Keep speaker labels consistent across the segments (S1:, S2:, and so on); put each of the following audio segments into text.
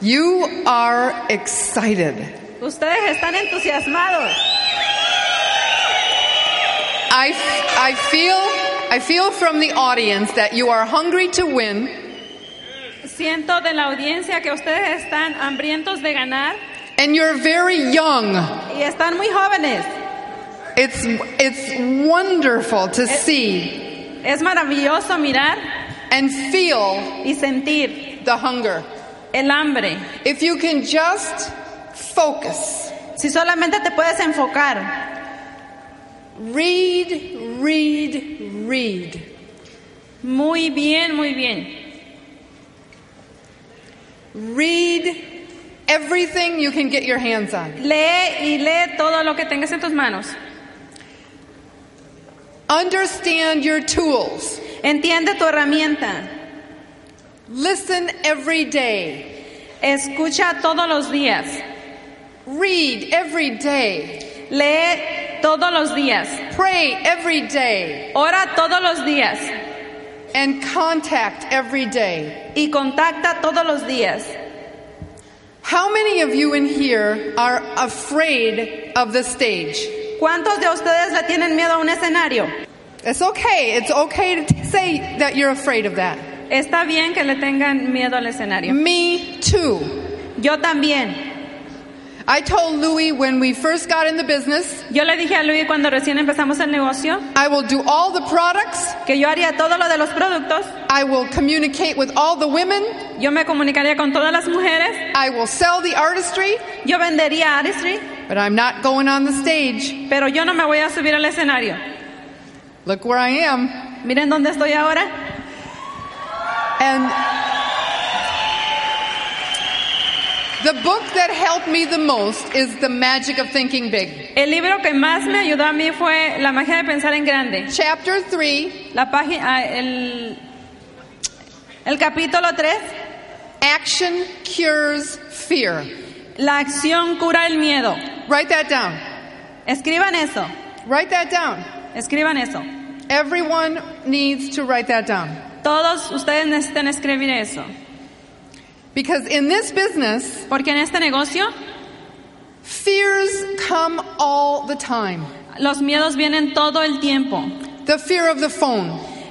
S1: You are excited.
S2: Ustedes están entusiasmados.
S1: I, I feel I feel from the audience that you are hungry to win
S2: Siento de la audiencia que ustedes están hambrientos de ganar
S1: and you're very young.
S2: y están muy jóvenes.
S1: It's it's wonderful to see
S2: Es maravilloso mirar
S1: and feel
S2: y sentir
S1: the hunger.
S2: el hambre.
S1: If you can just focus.
S2: Si solamente te puedes enfocar,
S1: Read, read, read.
S2: muy bien, muy bien.
S1: Read everything you can get your hands on.
S2: Lee y lee todo lo que tengas en tus manos.
S1: Understand your tools.
S2: Entiende tu herramienta.
S1: Listen every day.
S2: Escucha todos los días.
S1: Read every day.
S2: Lee todos los días.
S1: Pray every day.
S2: Ora todos los días.
S1: And contact every day.
S2: Y contacta todos los días.
S1: How many of you in here are afraid of the stage?
S2: ¿Cuántos de ustedes le tienen miedo a un escenario?
S1: It's okay. It's okay to say that you're afraid of that.
S2: Está bien que le tengan miedo al escenario.
S1: Me too.
S2: Yo también.
S1: I told Louis when we first got in the business,
S2: Yo le dije a Luis cuando recién empezamos el negocio
S1: I will do all the products.
S2: que yo haría todo lo de los productos,
S1: I will communicate with all the women.
S2: yo me comunicaría con todas las mujeres,
S1: I will sell the artistry,
S2: yo vendería Artistry,
S1: but I'm not going on the stage.
S2: pero yo no me voy a subir al escenario.
S1: Look where I am.
S2: Miren dónde estoy ahora.
S1: And the book that helped me the most is The Magic of Thinking Big.
S2: El libro que más me ayudó a mí fue La magia de pensar en grande.
S1: Chapter 3
S2: La página, ah, el, el capítulo 3,
S1: Action Cures Fear.
S2: la acción cura el miedo.
S1: Write that down.
S2: Escriban eso,
S1: Write that down.
S2: escriban eso.
S1: Everyone needs to write that down.
S2: Todos ustedes necesitan escribir eso.
S1: Because in this business,
S2: Porque en este negocio
S1: fears come all the time.
S2: los miedos vienen todo el tiempo.
S1: The fear of the phone,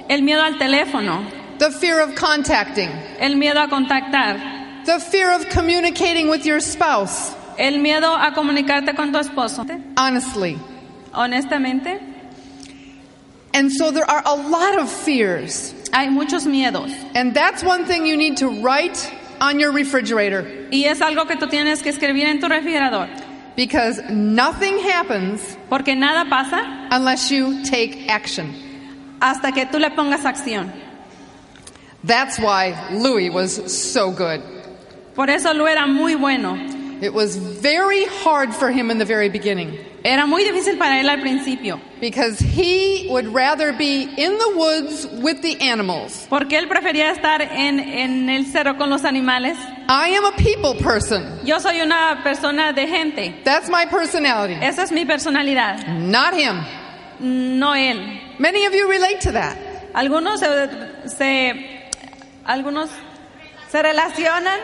S2: El miedo al teléfono,
S1: the fear of contacting,
S2: el miedo a contactar,
S1: the fear of communicating with your spouse.
S2: el miedo a comunicarte con tu esposo.
S1: Honestly,
S2: Honestamente,
S1: And so there are a lot of fears.
S2: hay muchos miedos.
S1: And that's one thing you need to write on your refrigerator
S2: Y es algo que tú tienes que escribir en tu refrigerador.
S1: because nothing happens
S2: Porque nada pasa
S1: unless you take action.
S2: hasta que tú le pongas acción.
S1: That's why Louis was so good.
S2: Por eso Lu era muy bueno.
S1: It was very hard for him in the very beginning
S2: Era muy difícil para él al principio.
S1: because he would rather be in the woods with the animals.
S2: Porque él prefería estar en, en el cerro con los animales.
S1: I am a people person.
S2: Yo soy una persona de gente.
S1: That's my personality,
S2: Esa es mi personalidad,
S1: not him.
S2: no él.
S1: Many of you relate to that.
S2: Algunos se, se- algunos se relacionan,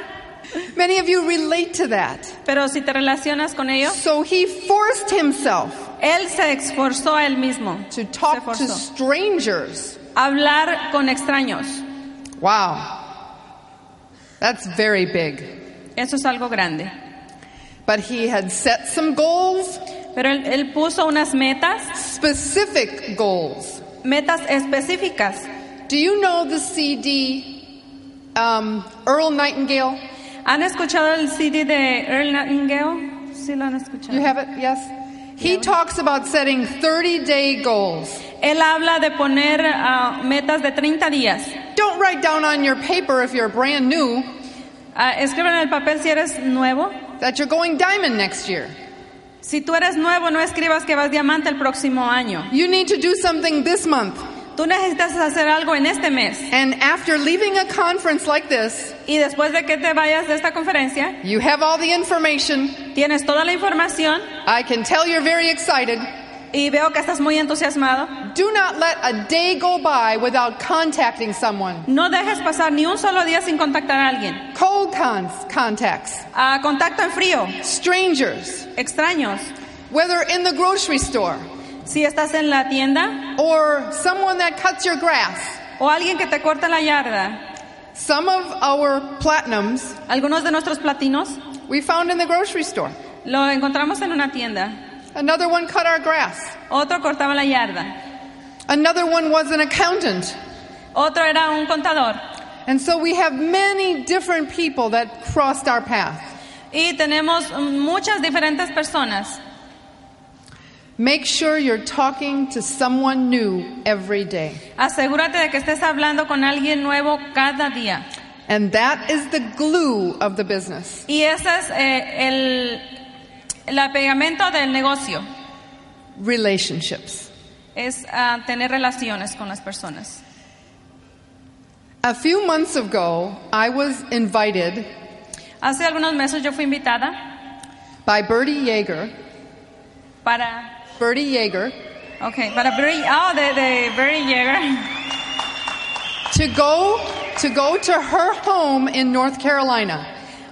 S1: Many of you relate to that.
S2: pero si te relacionas con ellos,
S1: So he forced himself
S2: él se esforzó a él mismo
S1: to
S2: Se
S1: talk to
S2: forzó.
S1: strangers.
S2: hablar con extraños.
S1: Wow. That's very big.
S2: Eso es algo grande.
S1: But he had set some goals,
S2: Pero él, él puso unas metas,
S1: specific goals.
S2: metas específicas.
S1: Do you know the CD um, Earl Nightingale?
S2: ¿Han escuchado el CD de Earl Nightingale? Sí lo han escuchado.
S1: You have it? Yes. He talks about setting 30 day goals.
S2: Él habla de poner ah, metas de 30 días.
S1: Don't write down on your paper if you're brand new
S2: Ah, escribe en el papel si eres nuevo.
S1: that you're going diamond next year.
S2: Si tú eres nuevo, no escribas que vas diamante el próximo año.
S1: You need to do something this month.
S2: Tú necesitas hacer algo en este mes.
S1: And after leaving a conference like this,
S2: Y después de que te vayas de esta conferencia,
S1: You have all the information.
S2: tienes toda la información
S1: I can tell you're very excited,
S2: y veo que estás muy entusiasmado.
S1: Do not let a day go by without contacting someone.
S2: No dejes pasar ni un solo día sin contactar a alguien.
S1: Cold cons- contacts,
S2: A contacto en frío,
S1: strangers,
S2: extraños.
S1: whether in the grocery store
S2: Si estás en la tienda
S1: or someone that cuts your grass.
S2: o alguien que te corta la yarda.
S1: Some of our platinums
S2: Algunos de nuestros platinos
S1: we found in the grocery store.
S2: lo encontramos en una tienda.
S1: Another one cut our grass.
S2: Otro cortaba la yarda.
S1: Another one was an accountant.
S2: Otro era un contador.
S1: And so we have many different people that crossed our path.
S2: Y tenemos muchas diferentes personas.
S1: Make sure you're talking to someone new every day.
S2: Asegúrate de que estés hablando con alguien nuevo cada día.
S1: And that is the glue of the business.
S2: Y ese es eh, el, el pegamento del negocio,
S1: Relationships.
S2: es ah, tener relaciones con las personas.
S1: A few months ago, I was invited
S2: Hace algunos meses yo fui invitada
S1: by Bertie Yeager.
S2: para,
S1: Bertie Yeager
S2: okay, para Barry, oh, de, de Barry Yeager,
S1: to go to go to her home in North Carolina.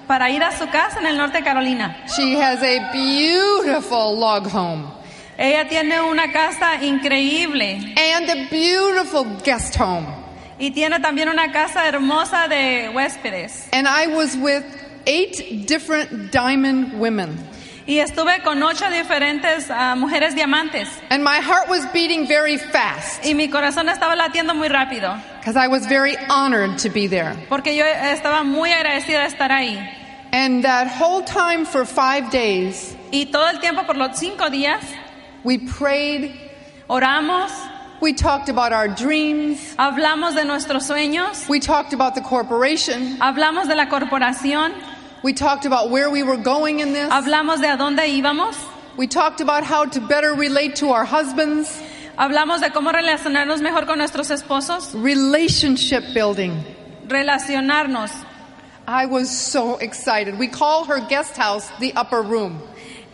S2: para ir a su casa en el norte de Carolina.
S1: She has a beautiful log home
S2: Ella tiene una casa increíble
S1: and a beautiful guest home.
S2: y tiene también una casa hermosa de huéspedes.
S1: And I was with eight different diamond women.
S2: Y estuve con ocho diferentes ah, mujeres diamantes
S1: And my heart was beating very fast
S2: y mi corazón estaba latiendo muy rápido
S1: because I was very honored to be there.
S2: porque yo estaba muy agradecida de estar ahí.
S1: And that whole time for five days,
S2: Y todo el tiempo, por los cinco días,
S1: we prayed,
S2: oramos,
S1: we talked about our dreams,
S2: hablamos de nuestros sueños,
S1: we talked about the corporation,
S2: hablamos de la corporación,
S1: we talked about where we were going in this,
S2: hablamos de a dónde íbamos,
S1: we talked about how to better relate to our husbands,
S2: hablamos de cómo relacionarnos mejor con nuestros esposos,
S1: relationship building.
S2: relacionarnos.
S1: I was so excited. We call her guest house the upper room.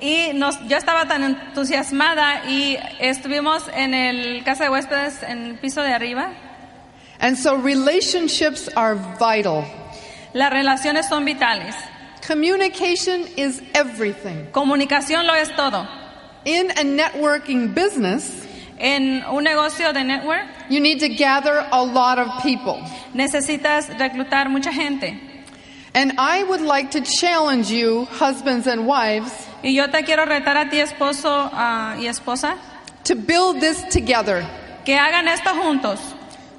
S2: Y nos, yo estaba tan entusiasmada y estuvimos en el casa de huéspedes en el piso de arriba.
S1: And so relationships are vital.
S2: Las relaciones son vitales.
S1: Communication is everything.
S2: Comunicación lo es todo.
S1: In a networking business,
S2: En un negocio de network
S1: you need to gather a lot of people.
S2: necesitas reclutar mucha gente.
S1: And I would like to challenge you, husbands and wives,
S2: Y yo te quiero retar a ti, esposo ah, y esposa,
S1: to build this together.
S2: que hagan esto juntos.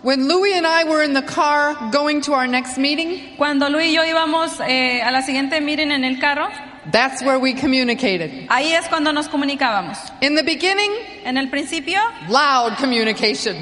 S1: When Louis and I were in the car going to our next meeting,
S2: Cuando Luis y yo íbamos eh, a la siguiente miren en el carro,
S1: that's where we communicated.
S2: ahí es cuando nos comunicábamos.
S1: In the beginning,
S2: En el principio
S1: loud communication,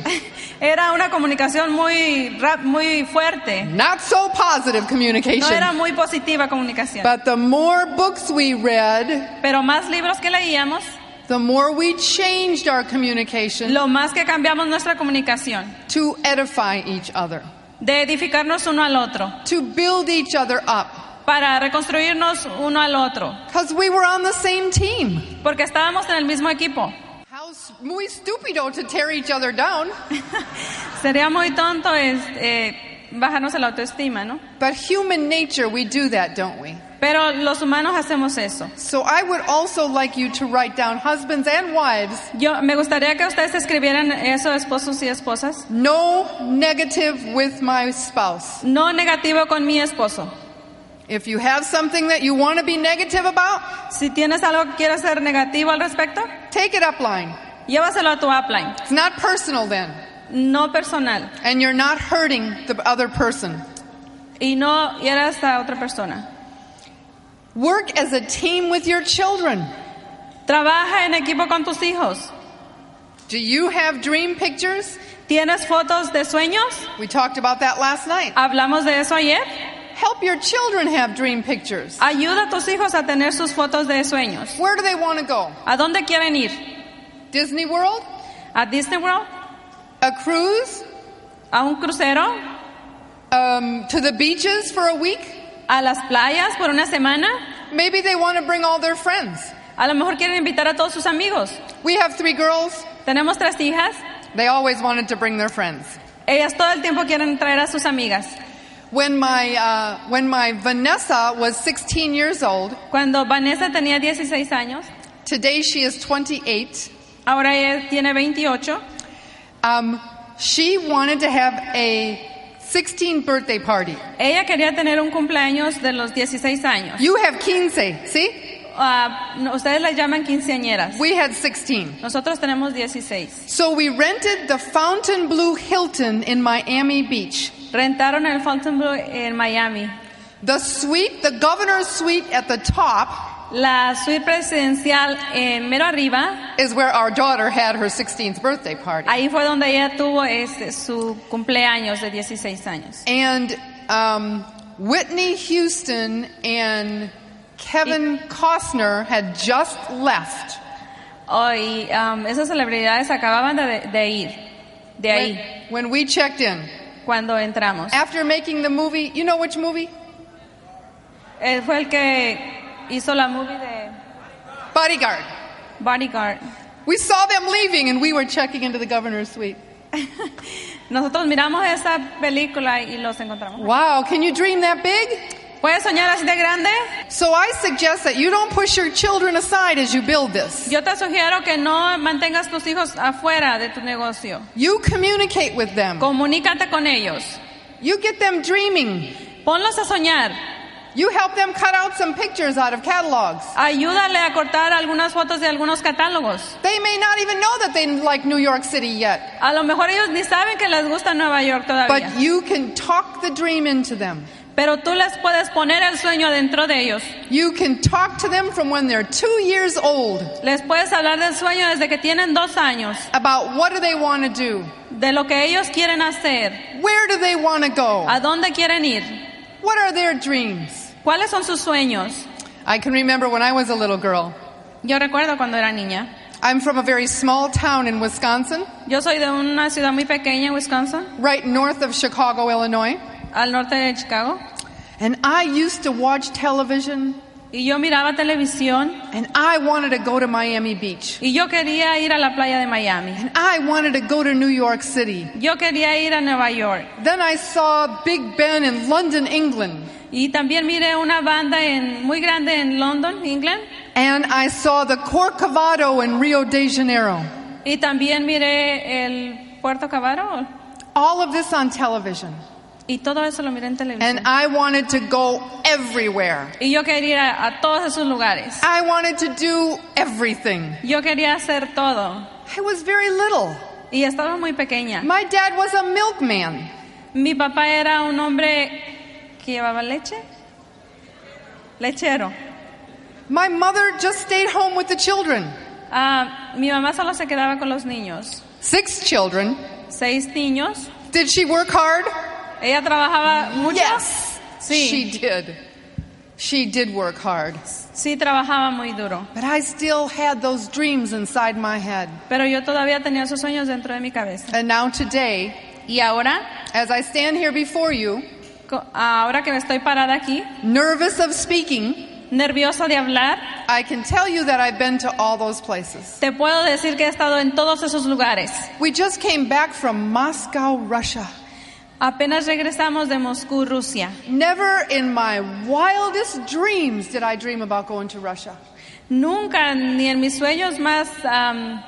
S2: era una comunicación muy, rap- muy fuerte,
S1: not so positive
S2: no
S1: communication.
S2: era muy positiva comunicación.
S1: But the more books we read,
S2: Pero más libros que leíamos,
S1: the more we changed our communication
S2: lo más que cambiamos nuestra comunicación,
S1: to edify each other,
S2: de edificarnos uno al otro,
S1: to build each other up,
S2: para reconstruirnos uno al otro,
S1: because we were on the same team.
S2: porque estábamos en el mismo equipo.
S1: How s- muy stupido to tear each other down,
S2: Sería muy tonto es, eh, bajarnos la autoestima, ¿no?
S1: but human nature, we do that, don't we?
S2: Pero los humanos hacemos eso.
S1: So I would also like you to write down, husbands and wives,
S2: Yo me gustaría que ustedes escribieran eso, esposos y esposas.
S1: no negative with my spouse.
S2: No negativo con mi esposo.
S1: If you have something that you want to be negative about,
S2: Si tienes algo que quieras ser negativo al respecto,
S1: take it upline.
S2: llévaselo a tu upline.
S1: It's not personal then.
S2: No personal.
S1: and you're not hurting the other person.
S2: Y no hieras a otra persona.
S1: Work as a team with your children.
S2: Trabaja en equipo con tus hijos.
S1: Do you have dream pictures?
S2: ¿Tienes fotos de sueños?
S1: We talked about that last night.
S2: Hablamos de eso ayer.
S1: Help your children have dream pictures.
S2: Ayuda a tus hijos a tener sus fotos de sueños.
S1: Where do they want to go?
S2: ¿A dónde quieren ir?
S1: Disney World?
S2: ¿A Disney World?
S1: A cruise?
S2: ¿A un crucero?
S1: Um, to the beaches for a week?
S2: ¿A las playas por una semana?
S1: Maybe they want to bring all their friends.
S2: A lo mejor quieren invitar a todos sus amigos.
S1: We have three girls.
S2: Tenemos tres hijas.
S1: They always wanted to bring their friends.
S2: Ellas todo el tiempo quieren traer a sus amigas.
S1: When my, uh, when my Vanessa was 16 years old,
S2: Cuando Vanessa tenía 16 años,
S1: today she is 28,
S2: ahora ella tiene 28,
S1: um, she wanted to have a 16th birthday party.
S2: ella quería tener un cumpleaños de los 16 años.
S1: You have 15, see?
S2: Ah, no, ustedes las llaman quinceañeras.
S1: We had 16.
S2: Nosotros tenemos 16.
S1: So we rented the Fontainebleau Hilton in Miami Beach.
S2: Rentaron el Fontainebleau en Miami.
S1: The suite, the governor's suite at the top,
S2: La suite presidencial en mero arriba,
S1: is where our daughter had her 16th birthday party.
S2: ahí fue donde ella tuvo este, su cumpleaños de 16 años.
S1: And um, Whitney Houston and Kevin Costner had just left.
S2: Oh, y, um, esas celebridades acababan de, de ir, de ahí,
S1: When, when we checked in.
S2: cuando entramos.
S1: After making the movie, you know which movie?
S2: Él fue el que hizo la movie de
S1: Bodyguard.
S2: Bodyguard.
S1: We saw them leaving and we were checking into the governor's suite.
S2: Nosotros miramos esa película y los encontramos.
S1: Wow, can you dream that big?
S2: ¿Puedes soñar así de grande?
S1: So I suggest that you don't push your children aside as you build this.
S2: Yo te sugiero que no mantengas tus hijos afuera de tu negocio.
S1: You communicate with them.
S2: Comunícate con ellos.
S1: You get them dreaming.
S2: Ponlos a soñar.
S1: You help them cut out some pictures out of catalogs.
S2: Ayúdale a cortar algunas fotos de algunos catálogos.
S1: They may not even know that they like New York City yet,
S2: A lo mejor ellos ni saben que les gusta Nueva York todavía.
S1: but you can talk the dream into them.
S2: Pero tú les puedes poner el sueño dentro de ellos.
S1: You can talk to them from when they're two years old
S2: Les puedes hablar del sueño desde que tienen dos años,
S1: about what do they want to do,
S2: de lo que ellos quieren hacer,
S1: where do they want to go,
S2: a dónde quieren ir,
S1: what are their dreams.
S2: cuáles son sus sueños.
S1: I can remember when I was a little girl.
S2: Yo recuerdo cuando era niña.
S1: I'm from a very small town in Wisconsin,
S2: Yo soy de una ciudad muy pequeña, Wisconsin,
S1: right north of Chicago, Illinois,
S2: al norte de Chicago,
S1: and I used to watch television
S2: y yo miraba televisión
S1: and I wanted to go to Miami Beach.
S2: y yo quería ir a la playa de Miami.
S1: And I wanted to go to New York City.
S2: Yo quería ir a Nueva York
S1: Then I saw Big Ben in London, England.
S2: y también miré una banda en, muy grande en London, England,
S1: And I saw the Corcovado in Rio de Janeiro.
S2: y también miré el Puerto Cabarro
S1: All of this on television.
S2: y todo eso lo miré en televisión.
S1: And I wanted to go everywhere.
S2: Y yo quería ir a, a todos esos lugares.
S1: I wanted to do everything.
S2: Yo quería hacer todo.
S1: I was very little.
S2: Y estaba muy pequeña.
S1: My dad was a milkman.
S2: Mi papá era un hombre que llevaba leche. Lechero.
S1: My mother just stayed home with the children.
S2: Ah, mi mamá solo se quedaba con los niños.
S1: Six children.
S2: Seis niños.
S1: Did she work hard?
S2: Ella trabajaba mucho.
S1: Yes.
S2: Sí.
S1: She did. She did work hard.
S2: Sí, trabajaba muy duro.
S1: But I still had those dreams inside my head.
S2: Pero yo todavía tenía esos sueños dentro de mi cabeza.
S1: And now, today,
S2: Y ahora,
S1: as I stand here before you,
S2: co- ahora que estoy parada aquí,
S1: nervous of speaking,
S2: nerviosa de hablar,
S1: I can tell you that I've been to all those places.
S2: te puedo decir que he estado en todos esos lugares.
S1: We just came back from Moscow, Russia.
S2: Apenas regresamos de Moscú, Rusia.
S1: Never in my wildest dreams did I dream about going to Russia.
S2: Nunca, ni en mis sueños más am,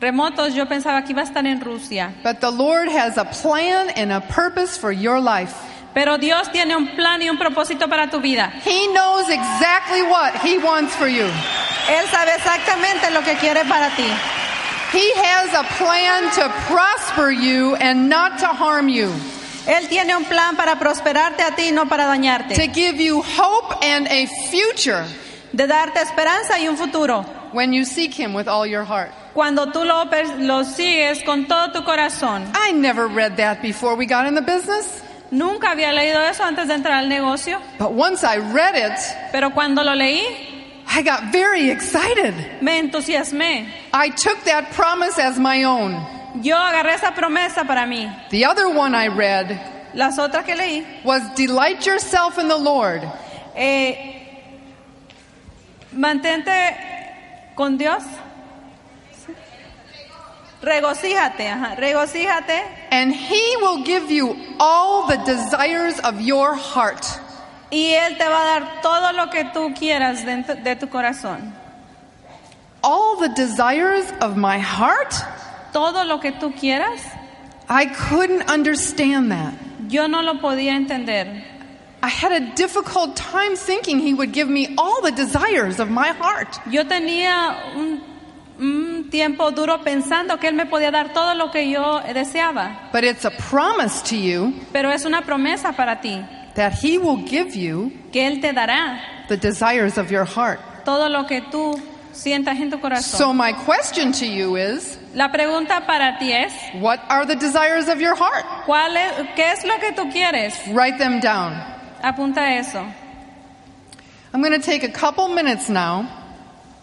S2: remotos, yo pensaba que iba a estar en Rusia.
S1: But the Lord has a plan and a purpose for your life.
S2: Pero Dios tiene un plan y un propósito para tu vida.
S1: He knows exactly what He wants for you.
S2: Él sabe exactamente lo que quiere para ti.
S1: He has a plan to prosper you and not to harm you,
S2: Él tiene un plan para prosperarte a ti, no para
S1: to
S2: dañarte.
S1: give you hope and a future
S2: De darte esperanza y un futuro.
S1: when you seek Him with all your heart.
S2: Cuando tú lo, per- lo sigues con todo tu corazón.
S1: I never read that before we got in the business,
S2: Nunca había leído eso antes de entrar al negocio,
S1: but once I read it,
S2: pero cuando lo leí,
S1: I got very excited.
S2: me entusiasmé.
S1: I took that promise as my own.
S2: Yo agarré esa promesa para mí.
S1: The other one I read
S2: Las otras que leí
S1: was Delight yourself in the Lord,
S2: Eh, mantente con Dios. Sí. Regocíjate, ajá, regocíjate
S1: and He will give you all the desires of your heart.
S2: y Él te va a dar todo lo que tú quieras dentro de tu corazón.
S1: All the desires of my heart?
S2: Todo lo que tú quieras,
S1: I couldn't understand that.
S2: yo no lo podía entender.
S1: I had a difficult time thinking He would give me all the desires of my heart.
S2: Yo tenía un, un tiempo duro pensando que Él me podía dar todo lo que yo deseaba,
S1: But it's a promise to you
S2: pero es una promesa para ti,
S1: that He will give you
S2: que Él te dará
S1: the desires of your heart.
S2: todo lo que tú sientas en tu corazón.
S1: So, my question to you is
S2: La pregunta para ti es,
S1: what are the desires of your heart?
S2: ¿cuál es, ¿qué es lo que tú quieres?
S1: Write them down.
S2: Apunta eso.
S1: I'm going to take a couple minutes now,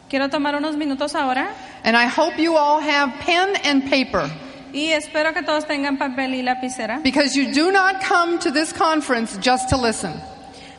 S2: Quiero tomar unos minutos ahora
S1: and I hope you all have pen and paper
S2: y espero que todos tengan papel y lapicera,
S1: because you do not come to this conference just to listen.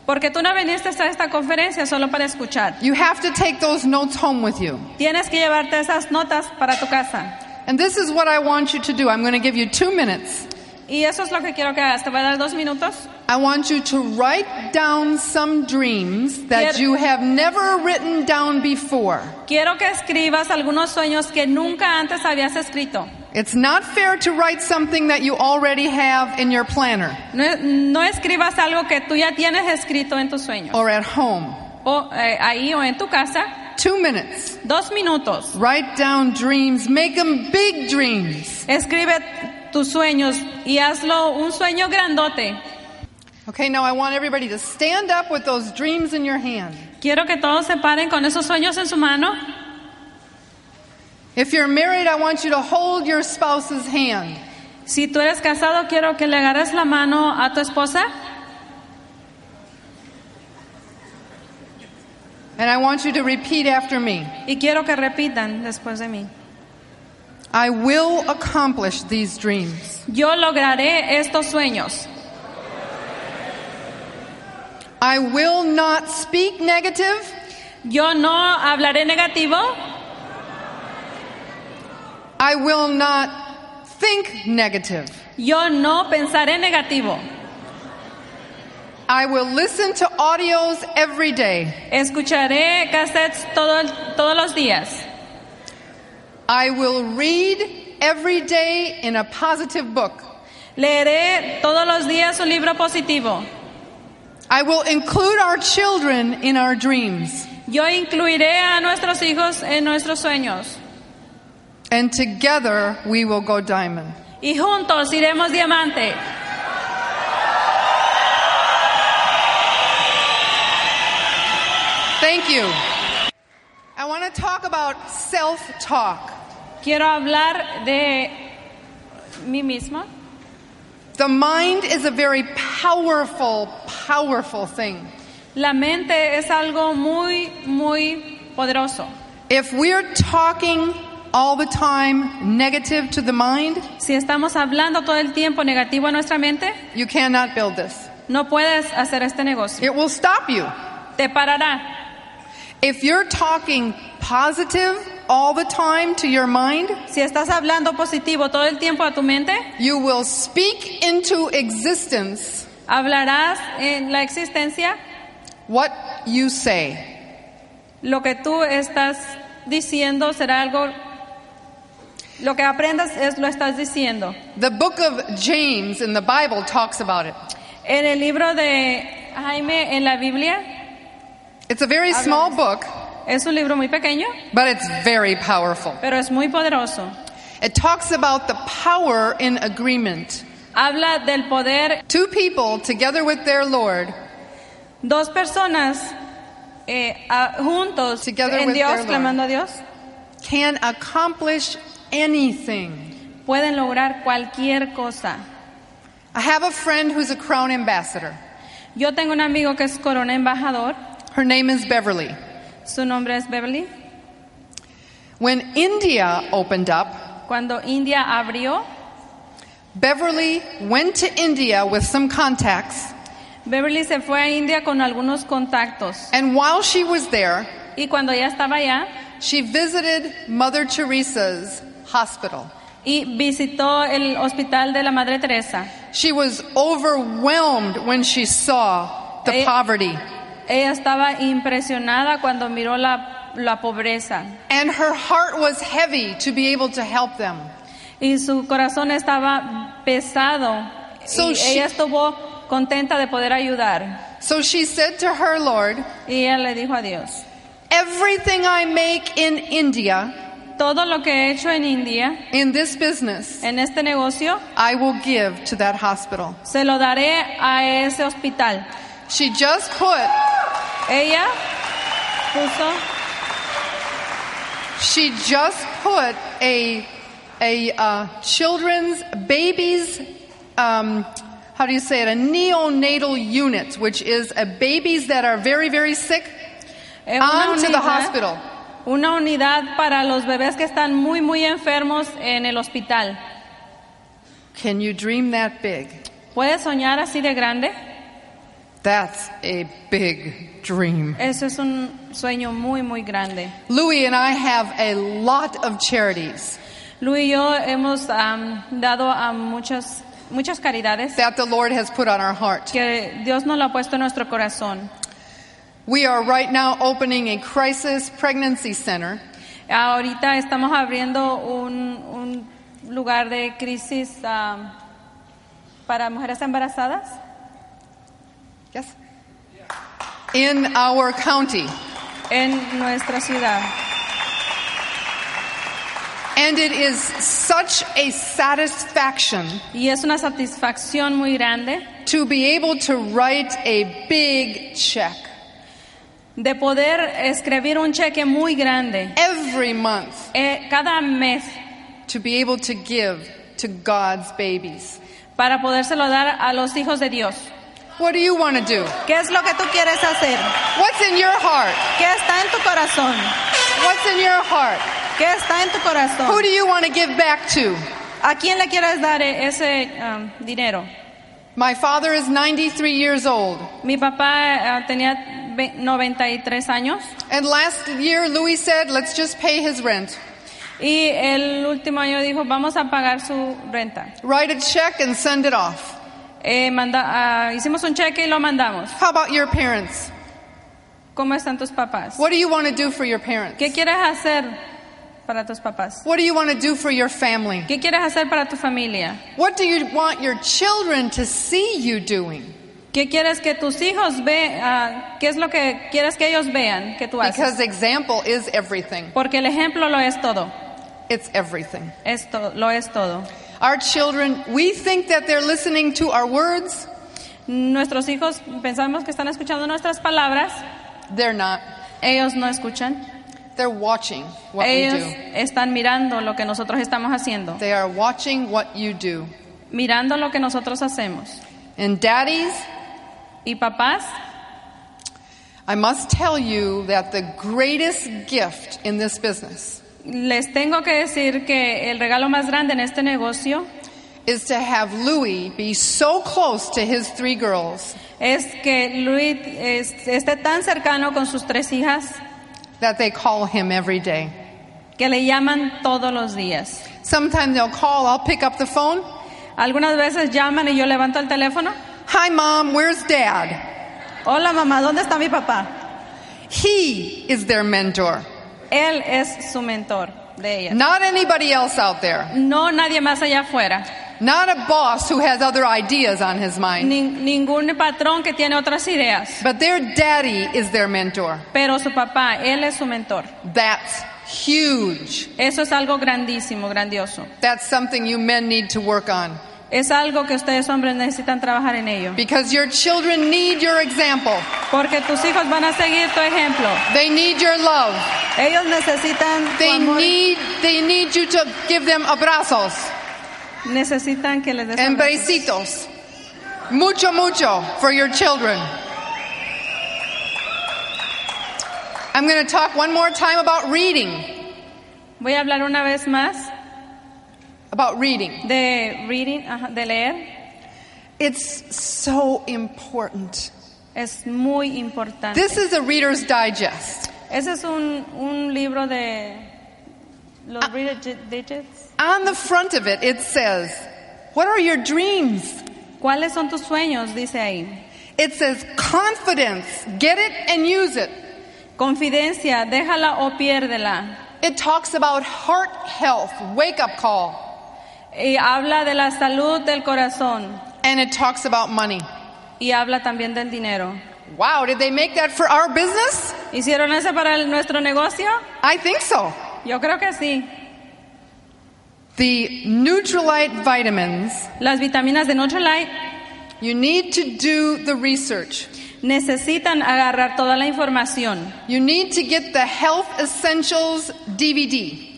S2: porque tú no viniste a esta conferencia solo para escuchar.
S1: You have to take those notes home with you.
S2: Tienes que llevarte esas notas para tu casa.
S1: And this is what I want you to do. I'm going to give you two minutes.
S2: Y eso es lo que quiero que hagas. Te voy a dar dos minutos.
S1: I want you to write down some dreams that
S2: Quiero-
S1: you have never written down before.
S2: Quiero que escribas algunos sueños que nunca antes habías escrito.
S1: It's not fair to write something that you already have in your planner
S2: No, no escribas algo que tú ya tienes escrito en tus sueños.
S1: or at home.
S2: O, eh, ahí o en tu casa.
S1: Two minutes.
S2: Dos minutos.
S1: Write down dreams. Make them big dreams.
S2: Escribe tus sueños y hazlo un sueño grandote.
S1: Okay, now I want everybody to stand up with those dreams in your hand.
S2: Quiero que todos se paren con esos sueños en su mano.
S1: If you're married, I want you to hold your spouse's hand.
S2: Si tú eres casado, quiero que le agarres la mano a tu esposa
S1: And I want you to repeat after me.
S2: y quiero que repitan después de mí.
S1: I will accomplish these dreams.
S2: Yo lograré estos sueños.
S1: I will not speak negative.
S2: Yo no hablaré negativo.
S1: I will not think negative.
S2: Yo no pensaré negativo.
S1: I will listen to audios every day.
S2: Escucharé cassettes todo el- todos los días.
S1: I will read every day in a positive book.
S2: Leeré todos los días un libro positivo.
S1: I will include our children in our dreams.
S2: Yo incluiré a nuestros hijos en nuestros sueños.
S1: And together we will go diamond.
S2: Y juntos iremos diamante.
S1: Thank you. I want to talk about self talk.
S2: Quiero hablar de mí mismo.
S1: The mind is a very powerful, powerful thing.
S2: La mente es algo muy, muy poderoso.
S1: If we're talking all the time negative to the mind,
S2: Si estamos hablando todo el tiempo negativo a nuestra mente,
S1: you cannot build this.
S2: no puedes hacer este negocio.
S1: It will stop you.
S2: Te parará.
S1: If you're talking positive all the time to your mind,
S2: Si estás hablando positivo todo el tiempo a tu mente,
S1: you will speak into existence
S2: hablarás en la existencia
S1: what you say.
S2: lo que tú estás diciendo será algo lo que aprendas es lo estás diciendo.
S1: The book of James in the Bible talks about it.
S2: En el libro de Jaime en la Biblia
S1: It's a very small book,
S2: es un libro muy pequeño,
S1: but it's very powerful.
S2: pero es muy poderoso.
S1: It talks about the power in agreement.
S2: Habla del poder
S1: Two people together with their Lord
S2: dos personas eh, a- juntos
S1: Together
S2: en
S1: with their
S2: Dios
S1: Lord.
S2: clamando a Dios
S1: can accomplish anything.
S2: pueden lograr cualquier cosa.
S1: I have a friend who's a crown ambassador.
S2: Yo tengo un amigo que es corona embajador,
S1: Her name is Beverly.
S2: su nombre es Beverly.
S1: When India opened up,
S2: Cuando India abrió,
S1: Beverly went to India with some contacts,
S2: Beverly se fue a India con algunos contactos.
S1: and while she was there,
S2: Y cuando ella estaba allá,
S1: she visited Mother Teresa's hospital.
S2: y visitó el hospital de la Madre Teresa.
S1: She was overwhelmed when she saw the
S2: Eh.
S1: poverty.
S2: Ella estaba impresionada cuando miró la, la pobreza
S1: And her heart was heavy to be able to help them.
S2: y su corazón estaba pesado.
S1: So
S2: y
S1: she-
S2: ella estuvo contenta de poder ayudar.
S1: So she said to her Lord,
S2: Y ella le dijo a Dios,
S1: Everything I make in India,
S2: todo lo que he hecho en India,
S1: in this business,
S2: en este negocio,
S1: I will give to that hospital.
S2: se lo daré a ese hospital.
S1: She just put,
S2: Ella puso,
S1: she just put a, a uh, children's babies, um, how do you say it, a neonatal unit, which is a babies that are very, very sick.
S2: eh,
S1: On to the hospital.
S2: una unidad para los bebés que están muy, muy enfermos en el hospital.
S1: Can you dream that big?
S2: ¿Puedes soñar así de grande?
S1: That's a big dream.
S2: Eso es un sueño muy, muy grande.
S1: Louis and I have a lot of charities
S2: Lu y yo hemos am, dado a muchas, muchas caridades
S1: that the Lord has put on our heart.
S2: que Dios nos lo ha puesto en nuestro corazón.
S1: We are right now opening a crisis pregnancy center
S2: Ahorita estamos abriendo un, un lugar de crisis am, para mujeres embarazadas
S1: Yes. in our county.
S2: en nuestra ciudad.
S1: And it is such a satisfaction
S2: Y es una satisfacción muy grande
S1: to be able to write a big check
S2: de poder escribir un cheque muy grande
S1: every month
S2: eh, cada mes
S1: to be able to give to God's babies.
S2: para podérselo dar a los hijos de Dios.
S1: What do you want to do?
S2: ¿Qué es lo que tú quieres hacer?
S1: What's in your heart?
S2: ¿Qué está en tu corazón?
S1: What's in your heart?
S2: ¿Qué está en tu
S1: Who
S2: corazón?
S1: do you want to give back to?
S2: ¿A quién le quieres dar eh, ese um, dinero?
S1: My father is 93 years old.
S2: Mi papá eh, tenía ve- 93 años
S1: And last year, Louis said, let's just pay his rent.
S2: y el último año dijo, vamos a pagar su renta.
S1: Write a check and send it off.
S2: Eh, manda- ah, hicimos un cheque y lo mandamos.
S1: How about your parents?
S2: ¿Cómo están tus papás?
S1: What do you want to do for your parents?
S2: ¿Qué quieres hacer para tus papás?
S1: What do you want to do for your family?
S2: ¿Qué quieres hacer para tu familia?
S1: What do you want your children to see you doing?
S2: ¿Qué quieres que tus hijos vean? ¿Qué es lo que quieres que ellos vean que tú haces?
S1: Because example is everything.
S2: Porque el ejemplo lo es todo.
S1: It's everything.
S2: Esto lo es todo.
S1: Our children, we think that they're listening to our words.
S2: Nuestros hijos pensamos que están escuchando nuestras palabras,
S1: They're not.
S2: ellos no escuchan.
S1: They're watching what
S2: ellos
S1: we do.
S2: están mirando lo que nosotros estamos haciendo,
S1: They are watching what you do.
S2: mirando lo que nosotros hacemos.
S1: And daddies,
S2: Y papás,
S1: I must tell you that the greatest gift in this business
S2: les tengo que decir que el regalo más grande en este negocio
S1: is to have Louis be so close to his three girls
S2: es que Luis es- esté tan cercano con sus tres hijas
S1: that they call him every day.
S2: que le llaman todos los días.
S1: Sometimes they'll call, I'll pick up the phone.
S2: Algunas veces llaman y yo levanto el teléfono.
S1: Hi, mom, where's dad?
S2: Hola mamá, ¿dónde está mi papá?
S1: He is their mentor,
S2: Él es su mentor de ella.
S1: not anybody else out there,
S2: No nadie más allá afuera.
S1: not a boss who has other ideas on his mind.
S2: Ni- ningún patrón que tiene otras ideas.
S1: But their daddy is their mentor.
S2: Pero su papá, él es su mentor.
S1: That's huge.
S2: Eso es algo grandísimo, grandioso.
S1: That's something you men need to work on
S2: Es algo que ustedes hombres necesitan trabajar en ello.
S1: because your children need your example.
S2: Porque tus hijos van a seguir tu ejemplo.
S1: They need your love.
S2: Ellos necesitan tu
S1: They
S2: amor.
S1: need they need you to give them abrazos,
S2: Necesitan que les des
S1: embracitos,
S2: abrazos.
S1: mucho mucho for your children. I'm going to talk one more time about reading,
S2: Voy a hablar una vez más
S1: about reading.
S2: de reading, ajá, de leer.
S1: It's so important.
S2: Es muy importante.
S1: This is a reader's digest.
S2: Ese es un, un libro de Los reader di- digits.
S1: On the front of it, it says, What are your dreams?
S2: ¿Cuáles son tus sueños? Dice ahí.
S1: It says, Confidence, get it and use it.
S2: Confidencia, déjala o piérdela.
S1: It talks about heart health, wake up call,
S2: Y habla de la salud del corazón.
S1: and it talks about money.
S2: Y habla también del dinero.
S1: Wow, did they make that for our business?
S2: ¿Hicieron eso para el- nuestro negocio?
S1: I think so.
S2: Yo creo que sí.
S1: The Nutrilite vitamins,
S2: Las vitaminas de Nutrilite
S1: you need to do the research.
S2: necesitan agarrar toda la información.
S1: You need to get the Health Essentials DVD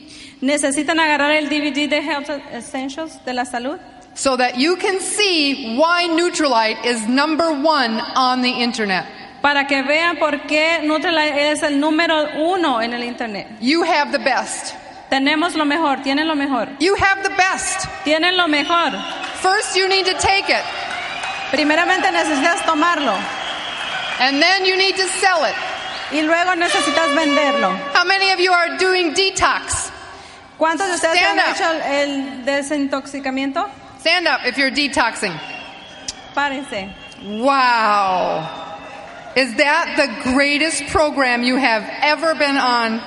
S2: Necesitan agarrar el DVD de Health Essentials de la salud
S1: so that you can see why Nutrilite is number one on the internet.
S2: para que vean por qué Nutrilite es el número uno en el internet.
S1: You have the best.
S2: Tenemos lo mejor, tienen lo mejor,
S1: You have the best.
S2: tienen lo mejor.
S1: First, you need to take it,
S2: Primeramente necesitas tomarlo
S1: and then you need to sell it.
S2: y luego necesitas venderlo.
S1: How many of you are doing detox?
S2: ¿Cuántos de ustedes
S1: Stand
S2: han
S1: up.
S2: hecho el desintoxicamiento?
S1: Stand up if you're detoxing.
S2: Párense.
S1: Wow. Is that the greatest program you have ever been on?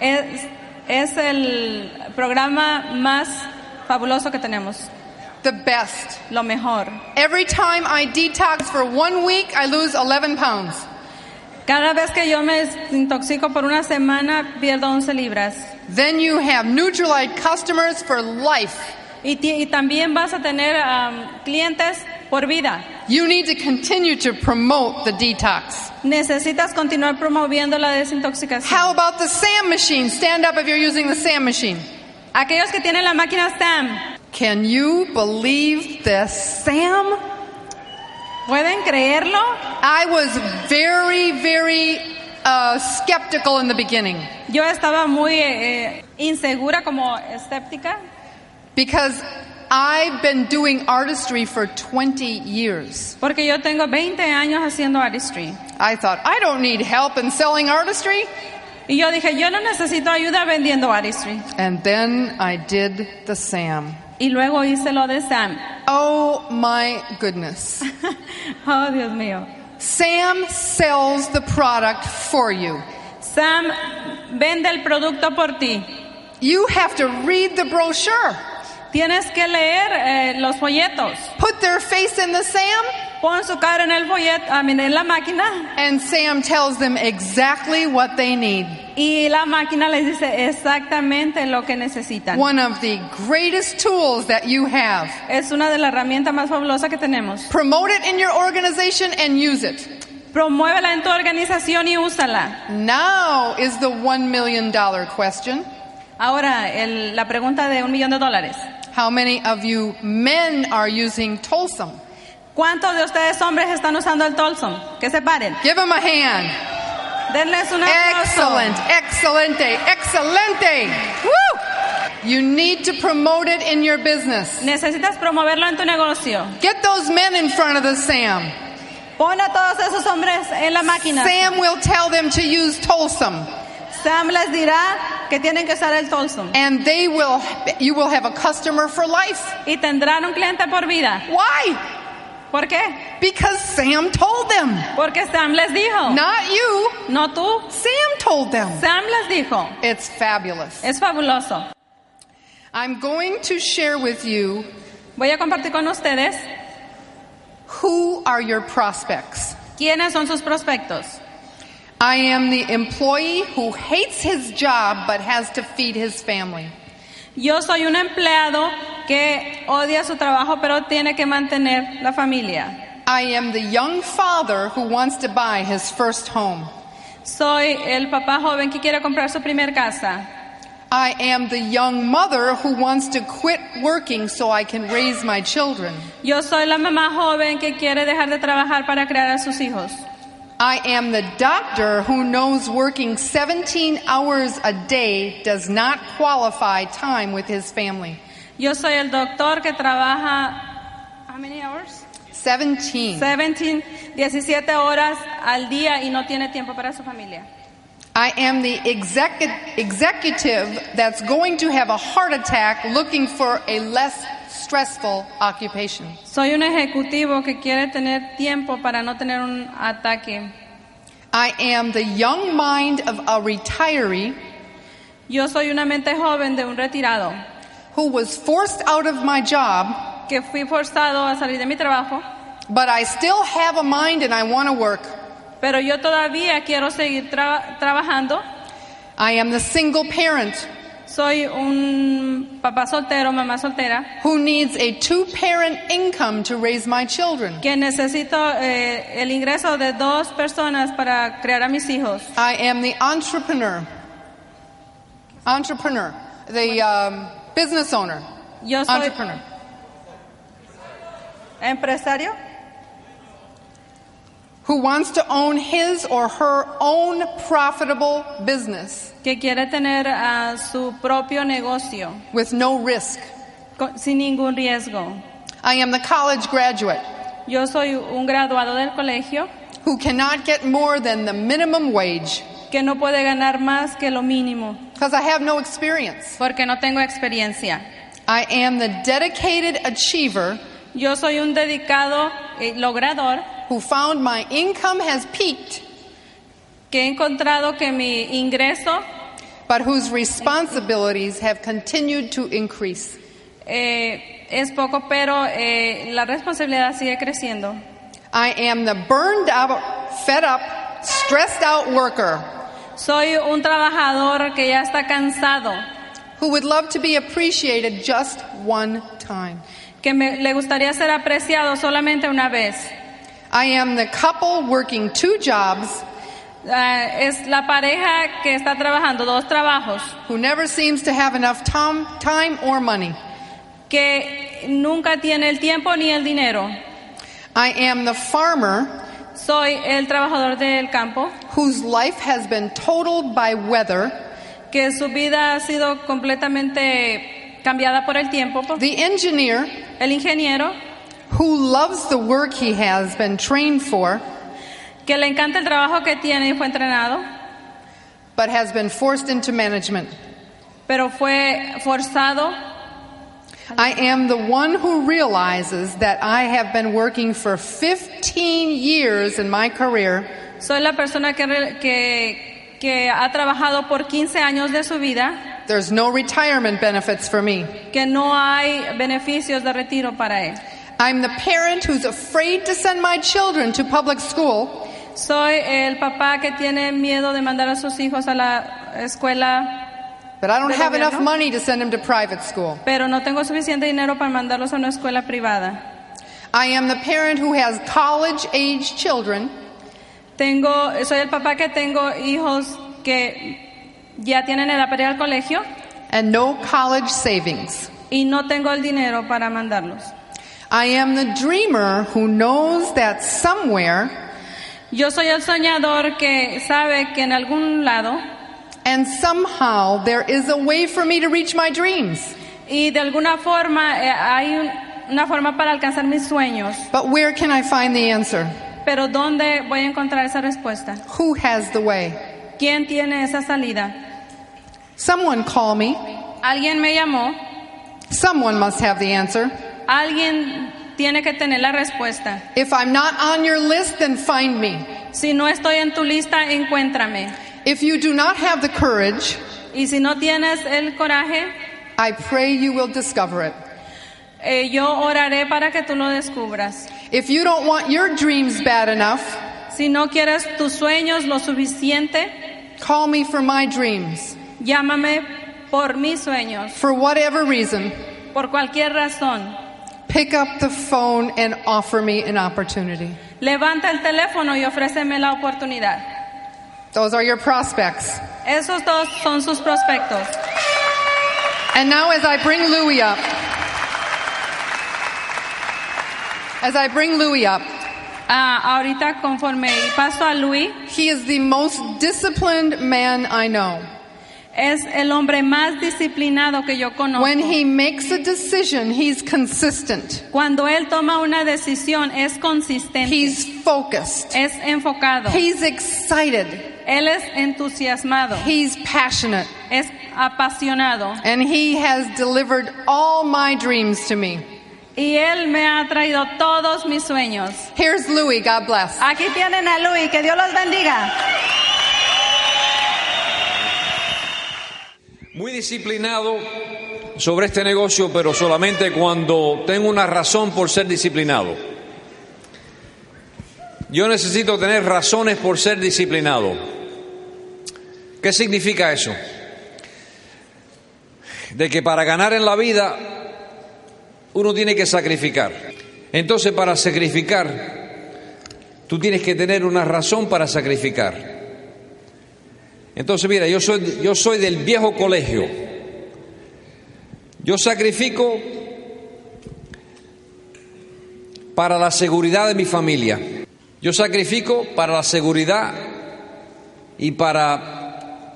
S2: Es, es el programa más fabuloso que tenemos,
S1: The best.
S2: lo mejor.
S1: Every time I detox for one week, I lose 11 pounds.
S2: Cada vez que yo me intoxico por una semana, pierdo 11 libras.
S1: Then you have Nutrilite customers for life.
S2: Y, ti- y también vas a tener am, clientes por vida.
S1: You need to continue to promote the detox.
S2: Necesitas continuar promoviendo la desintoxicación.
S1: How about the SAM machine? Stand up if you're using the SAM machine.
S2: Aquellos que tienen la máquina STAM,
S1: Can you believe this? SAM?
S2: ¿pueden creerlo?
S1: I was very, very uh, skeptical in the beginning
S2: Yo estaba muy eh, eh, insegura, como escéptica,
S1: because I've been doing artistry for 20 years.
S2: porque yo tengo 20 años haciendo artistry.
S1: I thought, I don't need help in selling artistry.
S2: Y yo dije, yo no necesito ayuda vendiendo artistry.
S1: And then I did the SAM.
S2: Y luego hice lo de Sam.
S1: Oh my goodness.
S2: Oh, Dios mío.
S1: SAM sells the product for you.
S2: Sam vende el producto por ti.
S1: You have to read the brochure.
S2: Tienes que leer eh, los folletos.
S1: Put their face in the SAM,
S2: Pon su cara en el folleto, a mí, en la máquina
S1: and SAM tells them exactly what they need.
S2: y la máquina les dice exactamente lo que necesitan.
S1: One of the greatest tools that you have.
S2: Es una de las herramientas más fabulosas que tenemos.
S1: Promote it in your organization and use it.
S2: Promuévela en tu organización y úsala.
S1: Now is the one million dollar question.
S2: Ahora, el- la pregunta de un millón de dólares.
S1: How many of you men are using Tolsum?
S2: ¿Cuántos de ustedes hombres están usando el Tolson? Que se paren.
S1: Give them a hand.
S2: Denles una
S1: Excellent, excellente, excellente. Woo! You need to promote it in your business.
S2: Necesitas promoverlo en tu negocio.
S1: Get those men in front of the Sam.
S2: Pon a todos esos hombres en la máquina.
S1: Sam will tell them to use Tolsum,
S2: Sam les dirá que tienen que usar el Tolson.
S1: and they will. You will have a customer for life.
S2: Y tendrán un cliente por vida.
S1: Why?
S2: ¿Por qué?
S1: Because Sam told them.
S2: Porque Sam les dijo.
S1: Not you.
S2: No tú.
S1: Sam told them.
S2: Sam les dijo.
S1: It's fabulous.
S2: Es fabuloso.
S1: I'm going to share with you
S2: Voy a compartir con ustedes
S1: who are your prospects.
S2: quiénes son sus prospectos.
S1: I am the employee who hates his job but has to feed his family.
S2: Yo soy un empleado que odia su trabajo pero tiene que mantener la familia.
S1: I am the young father who wants to buy his first home.
S2: Soy el papá joven que quiere comprar su primer casa.
S1: I am the young mother who wants to quit working so I can raise my children.
S2: Yo soy la mamá joven que quiere dejar de trabajar para crear a sus hijos.
S1: I am the doctor who knows working 17 hours a day does not qualify time with his family.
S2: Yo soy el doctor que trabaja how many hours?
S1: 17.
S2: 17, 17 horas al día y no tiene tiempo para su familia.
S1: I am the execu- executive that's going to have a heart attack looking for a less stressful occupation.
S2: Soy un ejecutivo que quiere tener tiempo para no tener un ataque.
S1: I am the young mind of a retiree
S2: Yo soy una mente joven de un retirado
S1: who was forced out of my job,
S2: que fui forzado a salir de mi trabajo,
S1: but I still have a mind and I want to work.
S2: pero yo todavía quiero seguir tra- trabajando.
S1: I am the single parent
S2: Soy un papá soltero, mamá soltera,
S1: who needs a two parent income to raise my children.
S2: que necesito eh, el ingreso de dos personas para crear a mis hijos.
S1: I am the entrepreneur. Entrepreneur. The um, business owner.
S2: Yo soy
S1: Entrepreneur.
S2: empresario
S1: Who wants to own his or her own profitable business
S2: que quiere tener ah, su propio negocio
S1: with no risk.
S2: co- sin ningún riesgo.
S1: I am the college graduate
S2: Yo soy un graduado del colegio
S1: who cannot get more than the minimum wage
S2: que no puede ganar más que lo mínimo
S1: because I have no experience.
S2: porque no tengo experiencia.
S1: I am the dedicated achiever
S2: Yo soy un dedicado eh, logrador
S1: who found my income has peaked
S2: que he encontrado que mi ingreso
S1: but whose responsibilities have continued to increase.
S2: eh, es poco, pero eh, la responsabilidad sigue creciendo.
S1: I am the burned out, fed up, stressed out worker
S2: Soy un trabajador que ya está cansado,
S1: who would love to be appreciated just one time.
S2: que me- le gustaría ser apreciado solamente una vez.
S1: I am the couple working two jobs
S2: Ah, es la pareja que está trabajando dos trabajos,
S1: who never seems to have enough tom- time or money.
S2: que nunca tiene el tiempo ni el dinero.
S1: I am the farmer
S2: Soy el trabajador del campo,
S1: whose life has been totaled by weather,
S2: que su vida ha sido completamente cambiada por el tiempo.
S1: the engineer
S2: El ingeniero,
S1: who loves the work he has been trained for
S2: que le encanta el trabajo que tiene y fue entrenado,
S1: but has been forced into management.
S2: pero fue forzado.
S1: I am the one who realizes that I have been working for 15 years in my career
S2: Soy la persona que, re- que, que ha trabajado por 15 años de su vida,
S1: There's no retirement benefits for me.
S2: que no hay beneficios de retiro para él.
S1: I'm the parent who's afraid to send my children to public school
S2: Soy el papá que tiene miedo de mandar a sus hijos a la escuela,
S1: but I don't
S2: Pero
S1: have
S2: bueno.
S1: enough money to send them to private school.
S2: pero no tengo suficiente dinero para mandarlos a una escuela privada.
S1: I am the parent who has college age children
S2: Tengo, soy el papá que tengo hijos que ya tienen edad para ir al colegio
S1: and no college savings.
S2: y no tengo el dinero para mandarlos.
S1: I am the dreamer who knows that somewhere
S2: Yo soy el soñador que sabe que en algún lado
S1: and somehow there is a way for me to reach my dreams.
S2: y de alguna forma eh, hay un- una forma para alcanzar mis sueños,
S1: But where can I find the answer?
S2: pero ¿dónde voy a encontrar esa respuesta?
S1: Who has the way?
S2: ¿Quién tiene esa salida?
S1: Someone call me.
S2: Alguien me llamó,
S1: Someone must have the answer.
S2: alguien tiene que tener la respuesta.
S1: If I'm not on your list, then find me.
S2: Si no estoy en tu lista, encuéntrame.
S1: If you do not have the courage,
S2: Y si no tienes el coraje,
S1: I pray you will discover it.
S2: eh, yo oraré para que tú lo descubras.
S1: If you don't want your dreams bad enough,
S2: Si no quieres tus sueños lo suficiente,
S1: call me for my dreams.
S2: llámame por mis sueños.
S1: For whatever reason,
S2: por cualquier razón,
S1: pick up the phone and offer me an opportunity.
S2: levanta el teléfono y ofréceme la oportunidad.
S1: Those are your prospects.
S2: Esos dos son sus prospectos.
S1: And now, as I bring Louis up, as I bring Louis up,
S2: Ah, ahorita, conforme paso a Luis,
S1: He is the most disciplined man I know.
S2: es el hombre más disciplinado que yo conozco.
S1: When he makes a decision, he's consistent,
S2: Cuando él toma una decisión es consistente,
S1: he's focused,
S2: es enfocado,
S1: he's excited,
S2: él es entusiasmado,
S1: he's passionate,
S2: es apasionado
S1: and he has delivered all my dreams to me.
S2: y él me ha traído todos mis sueños.
S1: Here's Louis, God bless.
S2: Aquí tienen a Luis, que Dios los bendiga.
S3: Muy disciplinado sobre este negocio, pero solamente cuando tengo una razón por ser disciplinado. Yo necesito tener razones por ser disciplinado. ¿Qué significa eso? De que para ganar en la vida uno tiene que sacrificar. Entonces para sacrificar, tú tienes que tener una razón para sacrificar. Entonces, mira, yo soy, yo soy del viejo colegio. Yo sacrifico para la seguridad de mi familia. Yo sacrifico para la seguridad y para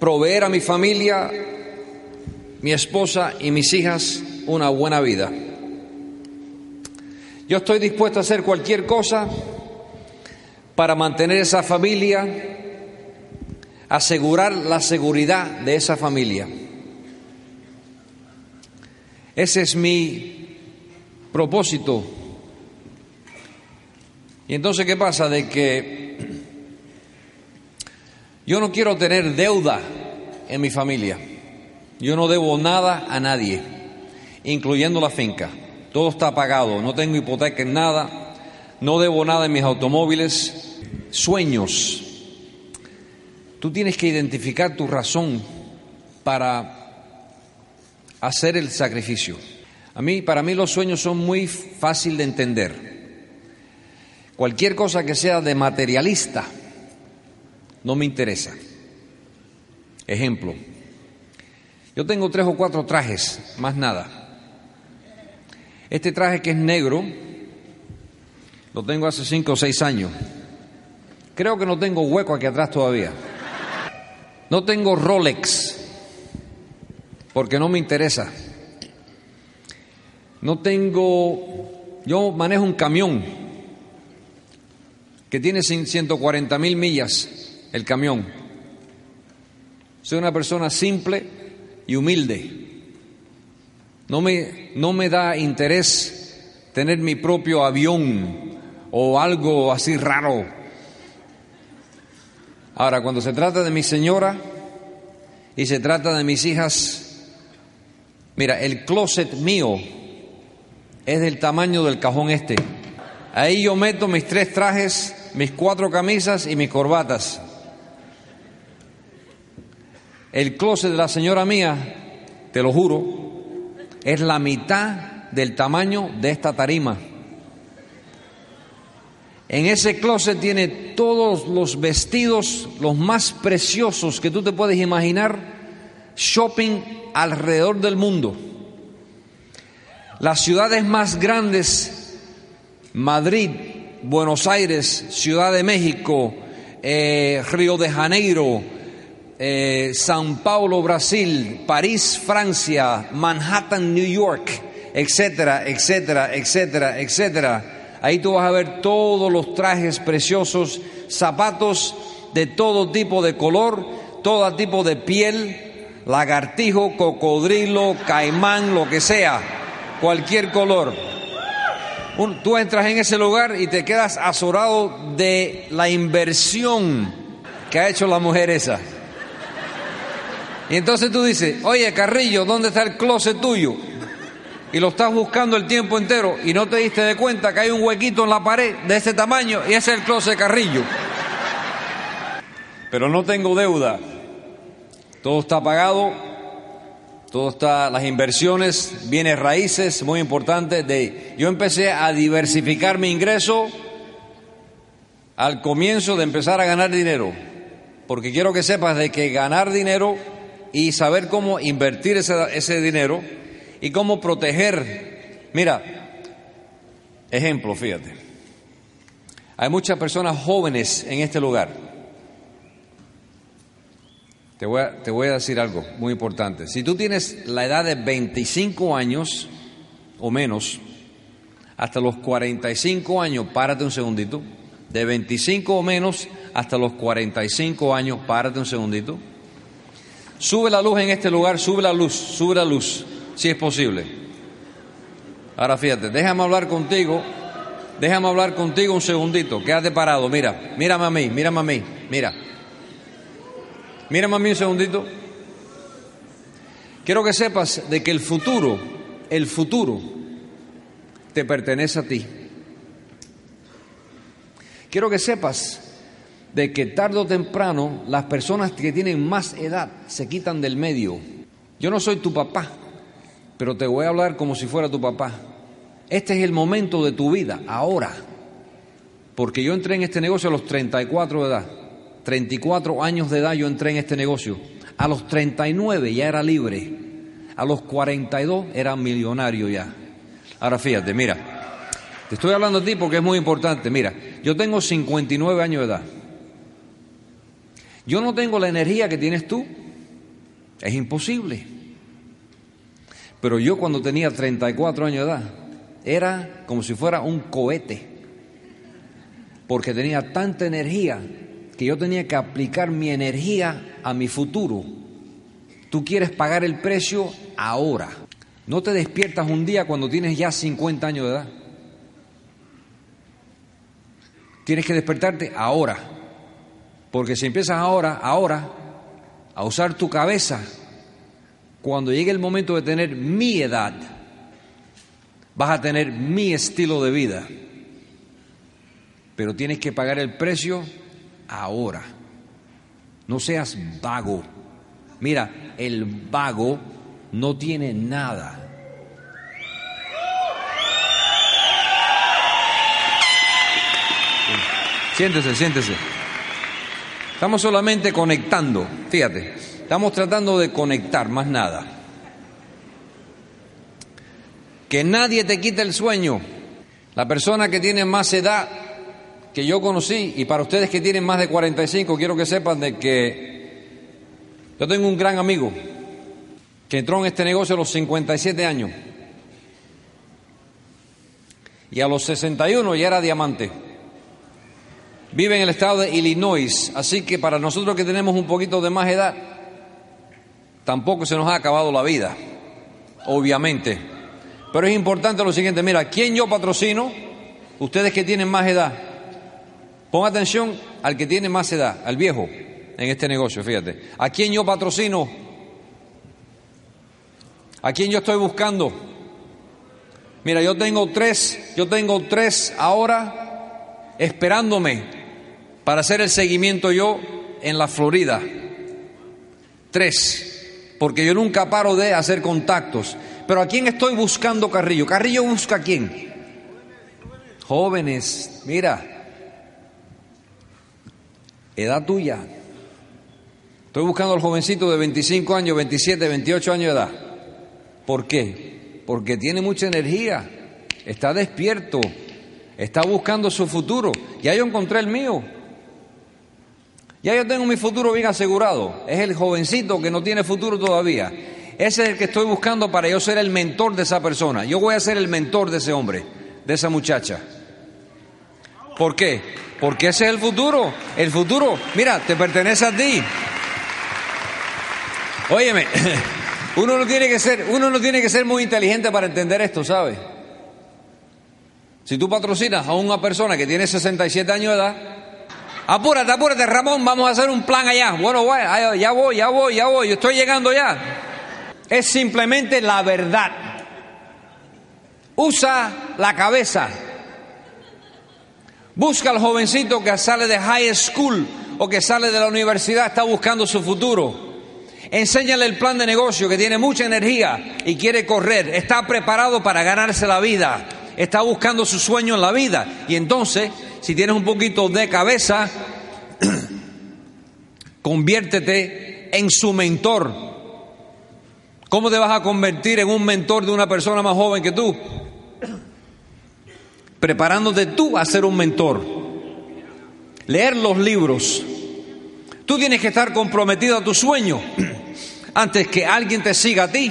S3: proveer a mi familia, mi esposa y mis hijas una buena vida. Yo estoy dispuesto a hacer cualquier cosa para mantener esa familia asegurar la seguridad de esa familia. Ese es mi propósito. Y entonces, ¿qué pasa? De que yo no quiero tener deuda en mi familia. Yo no debo nada a nadie, incluyendo la finca. Todo está pagado, no tengo hipoteca en nada, no debo nada en mis automóviles. Sueños, Tú tienes que identificar tu razón para hacer el sacrificio. A mí, para mí los sueños son muy fácil de entender. Cualquier cosa que sea de materialista no me interesa. Ejemplo, yo tengo tres o cuatro trajes, más nada. Este traje que es negro, lo tengo hace cinco o seis años. Creo que no tengo hueco aquí atrás todavía. No tengo Rolex, porque no me interesa. No tengo, yo manejo un camión que tiene 140 mil millas, el camión. Soy una persona simple y humilde. No me, no me da interés tener mi propio avión o algo así raro. Ahora, cuando se trata de mi señora y se trata de mis hijas, mira, el closet mío es del tamaño del cajón este. Ahí yo meto mis tres trajes, mis cuatro camisas y mis corbatas. El closet de la señora mía, te lo juro, es la mitad del tamaño de esta tarima. En ese closet tiene todos los vestidos, los más preciosos que tú te puedes imaginar, shopping alrededor del mundo. Las ciudades más grandes, Madrid, Buenos Aires, Ciudad de México, eh, Río de Janeiro, eh, San Paulo, Brasil, París, Francia, Manhattan, New York, etcétera, etcétera, etcétera, etcétera. Ahí tú vas a ver todos los trajes preciosos, zapatos de todo tipo de color, todo tipo de piel, lagartijo, cocodrilo, caimán, lo que sea, cualquier color. Un- tú entras en ese lugar y te quedas azorado de la inversión que ha hecho la mujer esa. Y entonces tú dices, oye Carrillo, ¿dónde está el closet tuyo? Y lo estás buscando el tiempo entero y no te diste de cuenta que hay un huequito en la pared de este tamaño y ese es el closet de Carrillo. Pero no tengo deuda. Todo está pagado, todo está, las inversiones, bienes raíces, muy importante. De, yo empecé a diversificar mi ingreso al comienzo de empezar a ganar dinero, porque quiero que sepas de que ganar dinero y saber cómo invertir ese, ese dinero y cómo proteger. Mira, ejemplo, fíjate. Hay muchas personas jóvenes en este lugar Te voy, a, te voy a decir algo muy importante. Si tú tienes la edad de 25 años o menos, hasta los 45 años, párate un segundito. De 25 o menos hasta los 45 años, párate un segundito. Sube la luz en este lugar, sube la luz, sube la luz, si es posible. Ahora fíjate, déjame hablar contigo, déjame hablar contigo un segundito, quédate parado, mira, mírame a mí, mírame a mí, mira. Mírame a mí un segundito. Quiero que sepas de que el futuro, el futuro, te pertenece a ti. Quiero que sepas de que tarde o temprano las personas que tienen más edad se quitan del medio. Yo no soy tu papá, pero te voy a hablar como si fuera tu papá. Este es el momento de tu vida, ahora. Porque yo entré en este negocio a los 34 de edad. 34 años de edad yo entré en este negocio. A los 39 ya era libre. A los 42 era millonario ya. Ahora fíjate, mira. Te estoy hablando a ti porque es muy importante. Mira, yo tengo 59 años de edad. Yo no tengo la energía que tienes tú. Es imposible. Pero yo cuando tenía 34 años de edad era como si fuera un cohete. Porque tenía tanta energía que yo tenía que aplicar mi energía a mi futuro. Tú quieres pagar el precio ahora. No te despiertas un día cuando tienes ya 50 años de edad. Tienes que despertarte ahora. Porque si empiezas ahora, ahora, a usar tu cabeza, cuando llegue el momento de tener mi edad, vas a tener mi estilo de vida. Pero tienes que pagar el precio ahora. No seas vago. Mira, el vago no tiene nada. Siéntese, siéntese. Estamos solamente conectando, fíjate, estamos tratando de conectar, más nada. Que nadie te quite el sueño. La persona que tiene más edad que yo conocí, y para ustedes que tienen más de 45, quiero que sepan de que yo tengo un gran amigo que entró en este negocio a los 57 años y a los 61 ya era diamante. Vive en el estado de Illinois, así que para nosotros que tenemos un poquito de más edad, tampoco se nos ha acabado la vida, obviamente. Pero es importante lo siguiente, mira, ¿quién yo patrocino? Ustedes que tienen más edad, Pon atención al que tiene más edad, al viejo en este negocio, fíjate. ¿A quién yo patrocino? ¿A quién yo estoy buscando? Mira, yo tengo tres, yo tengo tres ahora esperándome para hacer el seguimiento yo en la Florida. Tres, porque yo nunca paro de hacer contactos. Pero ¿a quién estoy buscando Carrillo? Carrillo busca a quién? Jóvenes, mira, edad tuya. Estoy buscando al jovencito de 25 años, 27, 28 años de edad. ¿Por qué? Porque tiene mucha energía, está despierto, está buscando su futuro. Ya yo encontré el mío. Ya yo tengo mi futuro bien asegurado. Es el jovencito que no tiene futuro todavía. Ese es el que estoy buscando para yo ser el mentor de esa persona. Yo voy a ser el mentor de ese hombre, de esa muchacha. ¿Por qué? Porque ese es el futuro. El futuro, mira, te pertenece a ti. Óyeme, uno no tiene que ser, uno no tiene que ser muy inteligente para entender esto, ¿sabes? Si tú patrocinas a una persona que tiene 67 años de edad, apúrate, apúrate, Ramón, vamos a hacer un plan allá. Bueno, bueno, ya voy, ya voy, ya voy, yo estoy llegando ya. Es simplemente la verdad. Usa la cabeza, Busca al jovencito que sale de high school o que sale de la universidad, está buscando su futuro. Enséñale el plan de negocio que tiene mucha energía y quiere correr. Está preparado para ganarse la vida. Está buscando su sueño en la vida. Y entonces, si tienes un poquito de cabeza, conviértete en su mentor. ¿Cómo te vas a convertir en un mentor de una persona más joven que tú? preparándote tú a ser un mentor. Leer los libros. Tú tienes que estar comprometido a tu sueño antes que alguien te siga a ti.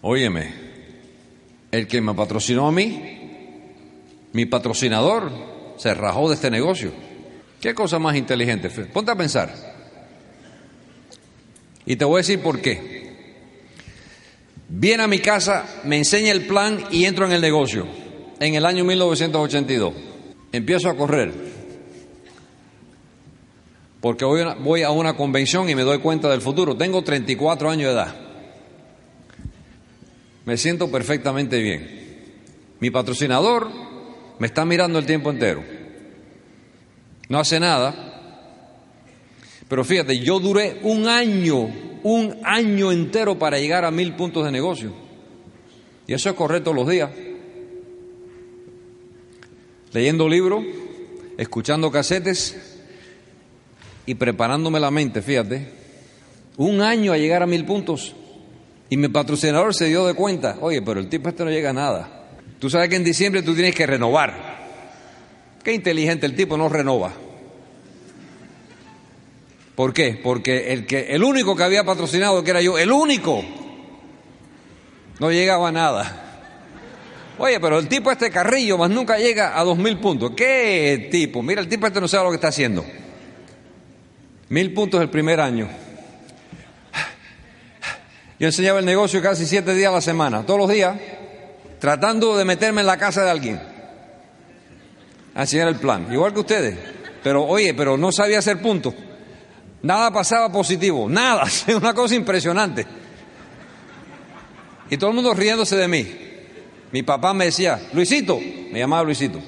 S3: Óyeme, el que me patrocinó a mí, mi patrocinador, se rajó de este negocio. ¿Qué cosa más inteligente? Fe? Ponte a pensar. Y te voy a decir por qué. Viene a mi casa, me enseña el plan y entro en el negocio. En el año 1982. Empiezo a correr. Porque voy a una, voy a una convención y me doy cuenta del futuro. Tengo 34 años de edad. Me siento perfectamente bien. Mi patrocinador me está mirando el tiempo entero. No hace nada. Pero fíjate, yo duré un año, un año entero para llegar a mil puntos de negocio. Y eso es correr todos los días. Leyendo libros, escuchando casetes y preparándome la mente, fíjate. Un año a llegar a mil puntos. Y mi patrocinador se dio de cuenta, oye, pero el tipo este no llega a nada. Tú sabes que en diciembre tú tienes que renovar. Qué inteligente el tipo, no renova. ¿Por qué? Porque el, que, el único que había patrocinado, que era yo, el único, no llegaba a nada. Oye, pero el tipo este carrillo más nunca llega a dos mil puntos. ¿Qué tipo? Mira, el tipo este no sabe lo que está haciendo. Mil puntos el primer año. Yo enseñaba el negocio casi siete días a la semana, todos los días, tratando de meterme en la casa de alguien a enseñar el plan, igual que ustedes. Pero oye, pero no sabía hacer puntos. Nada pasaba positivo, nada, es una cosa impresionante. Y todo el mundo riéndose de mí. Mi papá me decía, Luisito, me llamaba Luisito,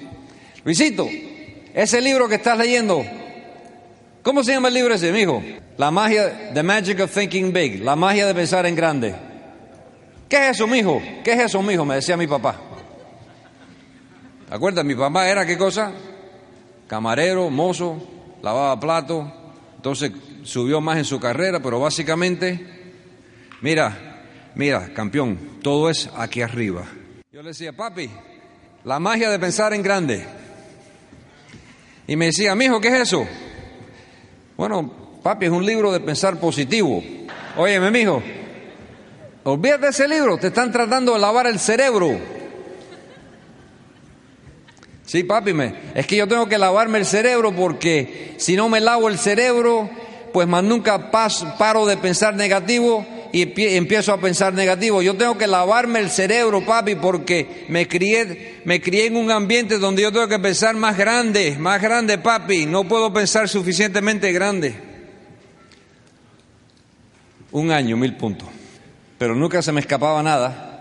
S3: Luisito, ese libro que estás leyendo, ¿cómo se llama el libro ese, mijo? La magia, The Magic of Thinking Big, la magia de pensar en grande. ¿Qué es eso, mijo? ¿Qué es eso, mijo? Me decía mi papá. ¿Te acuerdas? Mi papá era qué cosa? Camarero, mozo, lavaba platos, entonces subió más en su carrera, pero básicamente, mira, mira, campeón, todo es aquí arriba. Yo le decía, papi, la magia de pensar en grande. Y me decía, mijo, ¿qué es eso? Bueno, papi, es un libro de pensar positivo. Óyeme, mijo, olvídate de ese libro, te están tratando de lavar el cerebro. Sí, papi, me, es que yo tengo que lavarme el cerebro porque si no me lavo el cerebro, pues más nunca paso, paro de pensar negativo y empiezo a pensar negativo. Yo tengo que lavarme el cerebro, papi, porque me crié, me crié en un ambiente donde yo tengo que pensar más grande, más grande, papi. No puedo pensar suficientemente grande. Un año, mil puntos. Pero nunca se me escapaba nada.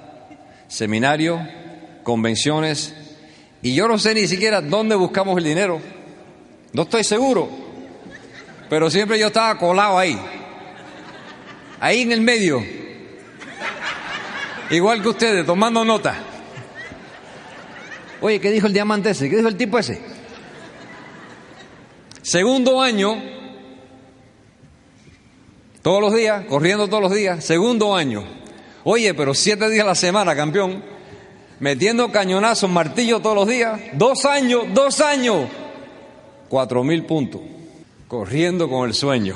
S3: Seminario, convenciones, y yo no sé ni siquiera dónde buscamos el dinero. No estoy seguro. Pero siempre yo estaba colado ahí. Ahí en el medio. Igual que ustedes, tomando nota. Oye, ¿qué dijo el diamante ese? ¿Qué dijo el tipo ese? Segundo año, todos los días, corriendo todos los días, segundo año. Oye, pero siete días a la semana, campeón metiendo cañonazos, martillo todos los días, dos años, dos años, cuatro mil puntos, corriendo con el sueño.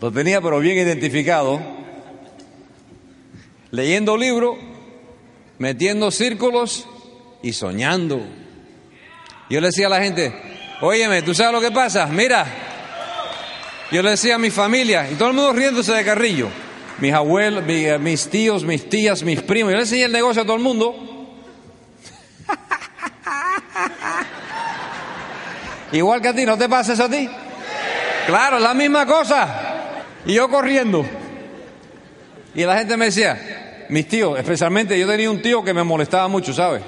S3: Lo tenía pero bien identificado, leyendo libros, metiendo círculos y soñando. Yo le decía a la gente, óyeme, ¿tú sabes lo que pasa? Mira, yo le decía a mi familia, y todo el mundo riéndose de carrillo, mis abuelos, eh, mis tíos, mis tías, mis primos, yo le enseñé el negocio a todo el mundo, Igual que a ti, ¿no te pasa eso a ti? Sí. Claro, la misma cosa. Y yo corriendo. Y la gente me decía, mis tíos, especialmente yo tenía un tío que me molestaba mucho, ¿sabes?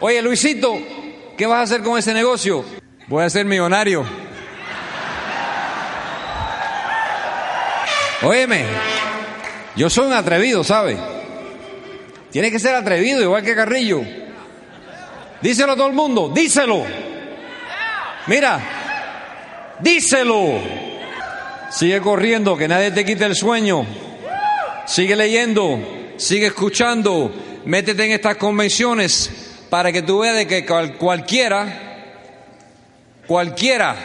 S3: Oye, Luisito, ¿qué vas a hacer con ese negocio? Voy a ser millonario. Óyeme, yo soy un atrevido, ¿sabes? Tienes que ser atrevido, igual que Carrillo. Díselo a todo el mundo, díselo. Mira, díselo. Sigue corriendo, que nadie te quite el sueño. Sigue leyendo, sigue escuchando. Métete en estas convenciones para que tú veas de que cualquiera, cualquiera,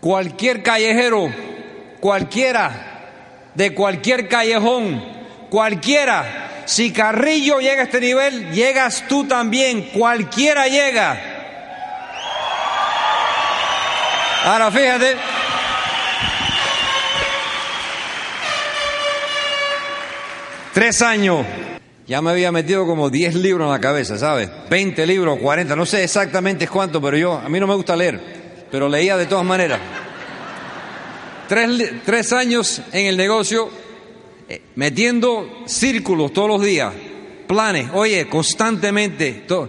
S3: Cualquier callejero, cualquiera, de cualquier callejón, cualquiera, si Carrillo llega a este nivel, llegas tú también, cualquiera llega. Ahora fíjate. Tres años. Ya me había metido como 10 libros en la cabeza, ¿sabes? 20 libros, 40, no sé exactamente cuánto, pero yo, a mí no me gusta leer, pero leía de todas maneras. Tres, li- tres años en el negocio, eh, metiendo círculos todos los días, planes, oye, constantemente. to-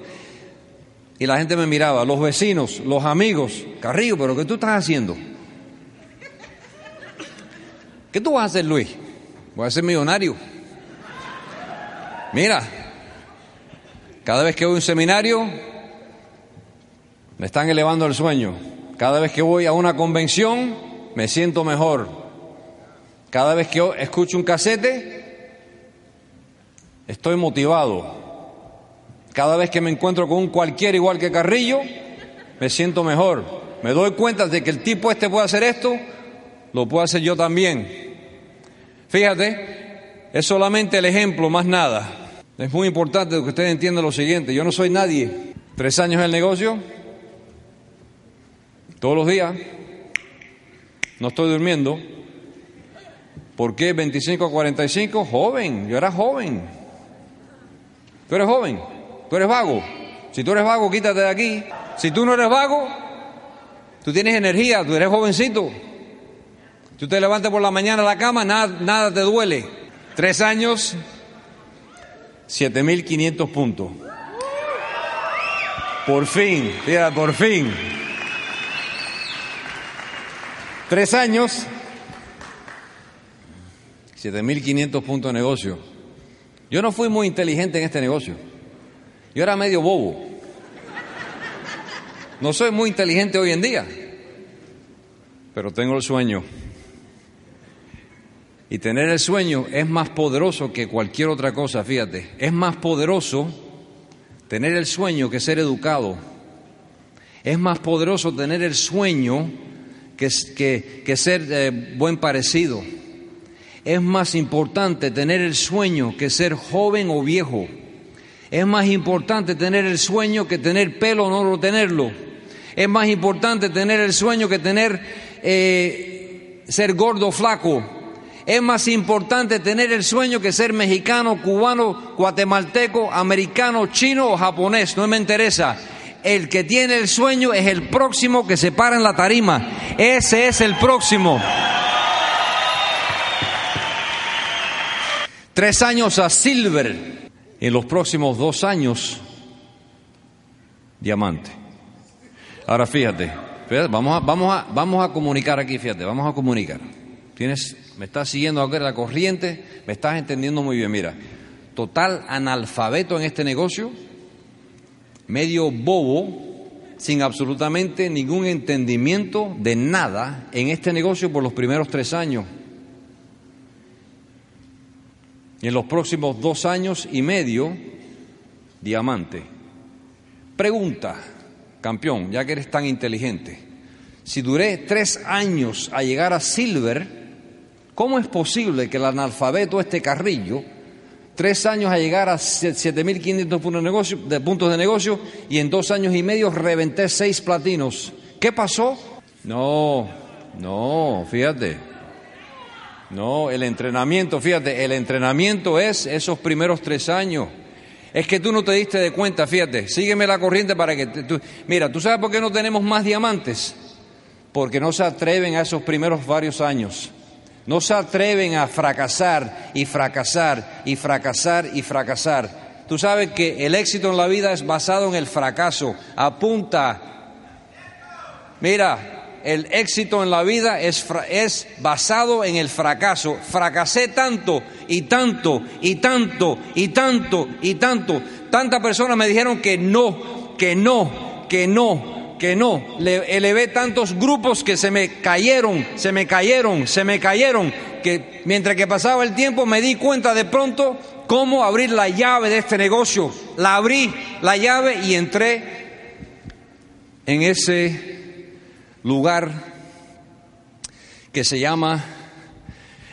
S3: y la gente me miraba, los vecinos, los amigos, Carrillo, pero ¿qué tú estás haciendo? ¿Qué tú vas a hacer, Luis? Voy a ser millonario. Mira, cada vez que voy a un seminario, me están elevando el sueño. Cada vez que voy a una convención, me siento mejor. Cada vez que escucho un casete, estoy motivado. Cada vez que me encuentro con un cualquier igual que Carrillo, me siento mejor. Me doy cuenta de que el tipo este puede hacer esto, lo puedo hacer yo también. Fíjate, es solamente el ejemplo, más nada. Es muy importante que ustedes entiendan lo siguiente. Yo no soy nadie. Tres años en el negocio, todos los días, no estoy durmiendo. ¿Por qué 25 a 45? Joven, yo era joven. Tú eres joven, tú eres vago. Si tú eres vago, quítate de aquí. Si tú no eres vago, tú tienes energía, tú eres jovencito. Tú te levantas por la mañana a la cama, nada, nada te duele. Tres años, 7.500 puntos. Por fin, mira, por fin. Tres años, 7.500 puntos de negocio. Yo no fui muy inteligente en este negocio. Yo era medio bobo. No soy muy inteligente hoy en día, pero tengo el sueño. Y tener el sueño es más poderoso que cualquier otra cosa, fíjate. Es más poderoso tener el sueño que ser educado. Es más poderoso tener el sueño que, s- que- que ser eh, buen parecido. Es más importante tener el sueño que ser joven o viejo. Es más importante tener el sueño que tener pelo o no tenerlo. Es más importante tener el sueño que tener eh, ser gordo o flaco. Es más importante tener el sueño que ser mexicano, cubano, guatemalteco, americano, chino o japonés. No me interesa. El que tiene el sueño es el próximo que se para en la tarima. Ese es el próximo. tres años a silver, en los próximos dos años, diamante. Ahora fíjate, fíjate, vamos, a, vamos, a, vamos a comunicar aquí, fíjate, vamos a comunicar. Tienes, me estás siguiendo acá la corriente, me estás entendiendo muy bien, mira. Total analfabeto en este negocio, medio bobo, sin absolutamente ningún entendimiento de nada en este negocio por los primeros tres años. Y en los próximos dos años y medio, diamante. Pregunta, campeón, ya que eres tan inteligente, si duré tres años a llegar a silver, ¿cómo es posible que el analfabeto este carrillo, tres años a llegar a 7.500 puntos de, negocio, de puntos de negocio y en dos años y medio reventé seis platinos? ¿Qué pasó? No, no, fíjate. No, el entrenamiento, fíjate, el entrenamiento es esos primeros tres años. Es que tú no te diste de cuenta, fíjate, sígueme la corriente para que te- tú... Mira, ¿tú sabes por qué no tenemos más diamantes? Porque no se atreven a esos primeros varios años. No se atreven a fracasar y fracasar y fracasar y fracasar. Tú sabes que el éxito en la vida es basado en el fracaso. Apunta, Mira, el éxito en la vida es, fra- es basado en el fracaso. Fracasé tanto y tanto y tanto y tanto y tanto. Tantas personas me dijeron que no, que no, que no, que no. Le- elevé tantos grupos que se me cayeron, se me cayeron, se me cayeron. Que mientras que pasaba el tiempo me di cuenta de pronto cómo abrir la llave de este negocio. La abrí, la llave y entré en ese lugar que se llama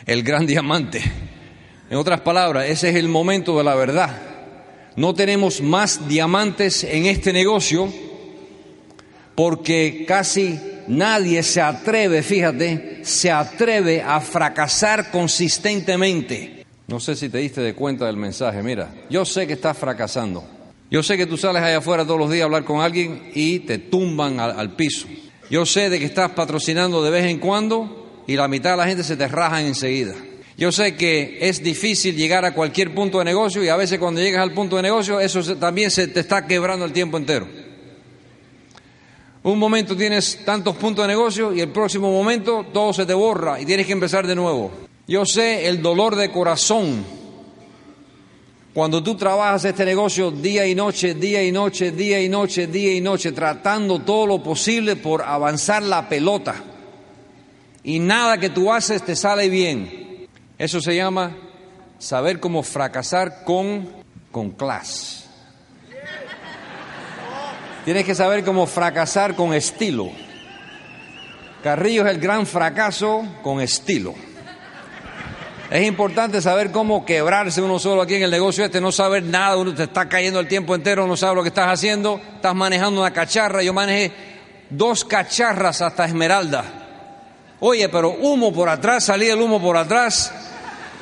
S3: el gran diamante. En otras palabras, ese es el momento de la verdad. No tenemos más diamantes en este negocio porque casi nadie se atreve, fíjate, se atreve a fracasar consistentemente. No sé si te diste de cuenta del mensaje, mira, yo sé que estás fracasando. Yo sé que tú sales allá afuera todos los días a hablar con alguien y te tumban al, al piso. Yo sé de que estás patrocinando de vez en cuando y la mitad de la gente se te rajan enseguida. Yo sé que es difícil llegar a cualquier punto de negocio y a veces cuando llegas al punto de negocio eso se- también se te está quebrando el tiempo entero. Un momento tienes tantos puntos de negocio y el próximo momento todo se te borra y tienes que empezar de nuevo. Yo sé el dolor de corazón. Cuando tú trabajas este negocio día y noche, día y noche, día y noche, día y noche, tratando todo lo posible por avanzar la pelota. Y nada que tú haces te sale bien. Eso se llama saber cómo fracasar con, con clase. Tienes que saber cómo fracasar con estilo. Carrillo es el gran fracaso con estilo. Es importante saber cómo quebrarse uno solo aquí en el negocio este, no saber nada, uno te está cayendo el tiempo entero, no sabe lo que estás haciendo, estás manejando una cacharra, yo manejé dos cacharras hasta Esmeralda. Oye, pero humo por atrás, salía el humo por atrás.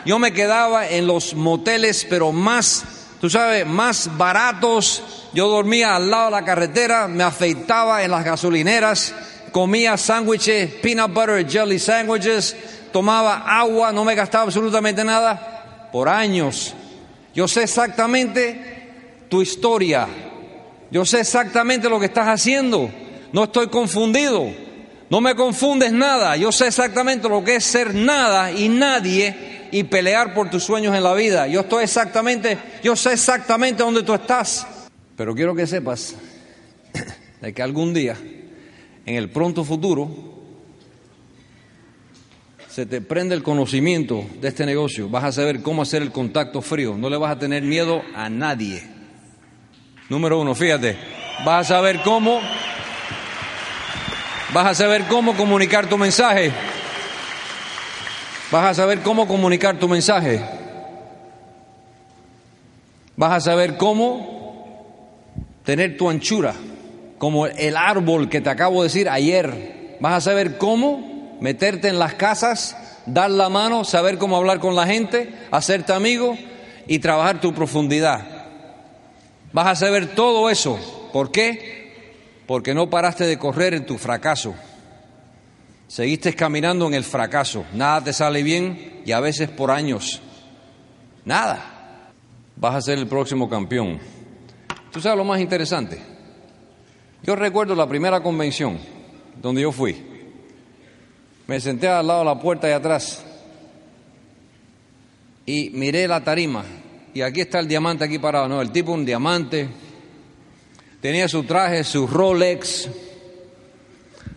S3: Yo me quedaba en los moteles, pero más, tú sabes, más baratos. Yo dormía al lado de la carretera, me afeitaba en las gasolineras, comía sándwiches, peanut butter, jelly sandwiches, tomaba agua, no me gastaba absolutamente nada por años. Yo sé exactamente tu historia. Yo sé exactamente lo que estás haciendo. No estoy confundido. No me confundes nada. Yo sé exactamente lo que es ser nada y nadie y pelear por tus sueños en la vida. Yo estoy exactamente, yo sé exactamente dónde tú estás. Pero quiero que sepas de que algún día, en el pronto futuro, se te prende el conocimiento de este negocio. Vas a saber cómo hacer el contacto frío. No le vas a tener miedo a nadie. Número uno, fíjate, vas a saber cómo, vas a saber cómo comunicar tu mensaje, vas a saber cómo comunicar tu mensaje, vas a saber cómo tener tu anchura, como el árbol que te acabo de decir ayer, vas a saber cómo meterte en las casas, dar la mano, saber cómo hablar con la gente, hacerte amigo y trabajar tu profundidad. Vas a saber todo eso. ¿Por qué? Porque no paraste de correr en tu fracaso. Seguiste caminando en el fracaso. Nada te sale bien y a veces por años. Nada. Vas a ser el próximo campeón. ¿Tú sabes lo más interesante? Yo recuerdo la primera convención donde yo fui. Me senté al lado de la puerta de atrás y miré la tarima y aquí está el diamante aquí parado, no, el tipo un diamante, tenía su traje, su Rolex,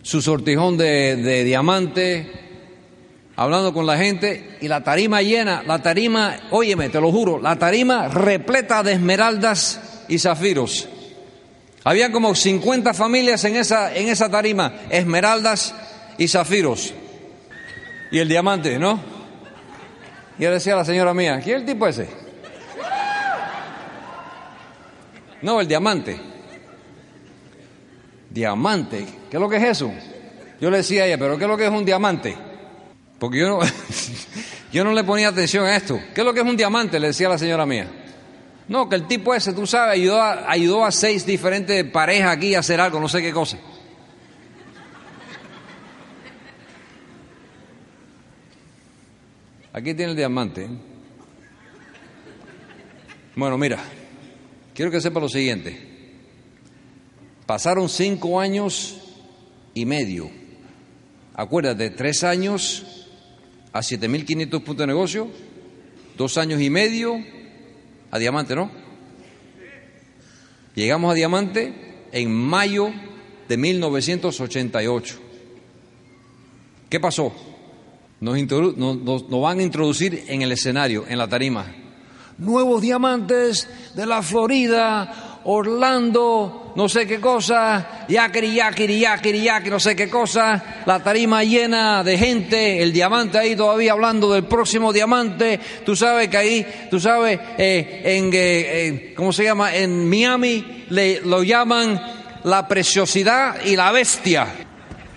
S3: su sortijón de, de diamante, hablando con la gente y la tarima llena, la tarima, óyeme, te lo juro, la tarima repleta de esmeraldas y zafiros. Había como 50 familias en esa, en esa tarima, esmeraldas y zafiros. Y el diamante, ¿no? Y yo decía a la señora mía, ¿quién es el tipo ese? No, el diamante. Diamante, ¿qué es lo que es eso? Yo le decía a ella, ¿pero qué es lo que es un diamante? Porque yo no, yo no le ponía atención a esto. ¿Qué es lo que es un diamante? Le decía a la señora mía. No, que el tipo ese, tú sabes, ayudó a, ayudó a seis diferentes parejas aquí a hacer algo, no sé qué cosa. Aquí tiene el diamante. ¿eh? Bueno, mira, quiero que sepa lo siguiente. Pasaron cinco años y medio. Acuérdate, tres años a 7.500 puntos de negocio, dos años y medio a diamante, ¿no? Llegamos a diamante en mayo de 1988. ¿Qué pasó? Nos, introdu- nos- nos- nos van a introducir en el escenario, en la tarima. Nuevos diamantes de la Florida, Orlando, no sé qué cosa, yaquiri, yaquiri, yaquiri, yaquiri, no sé qué cosa, la tarima llena de gente, el diamante ahí todavía hablando del próximo diamante, tú sabes que ahí, tú sabes, eh, en, eh, eh, ¿cómo se llama? En Miami le, lo llaman la preciosidad y la bestia,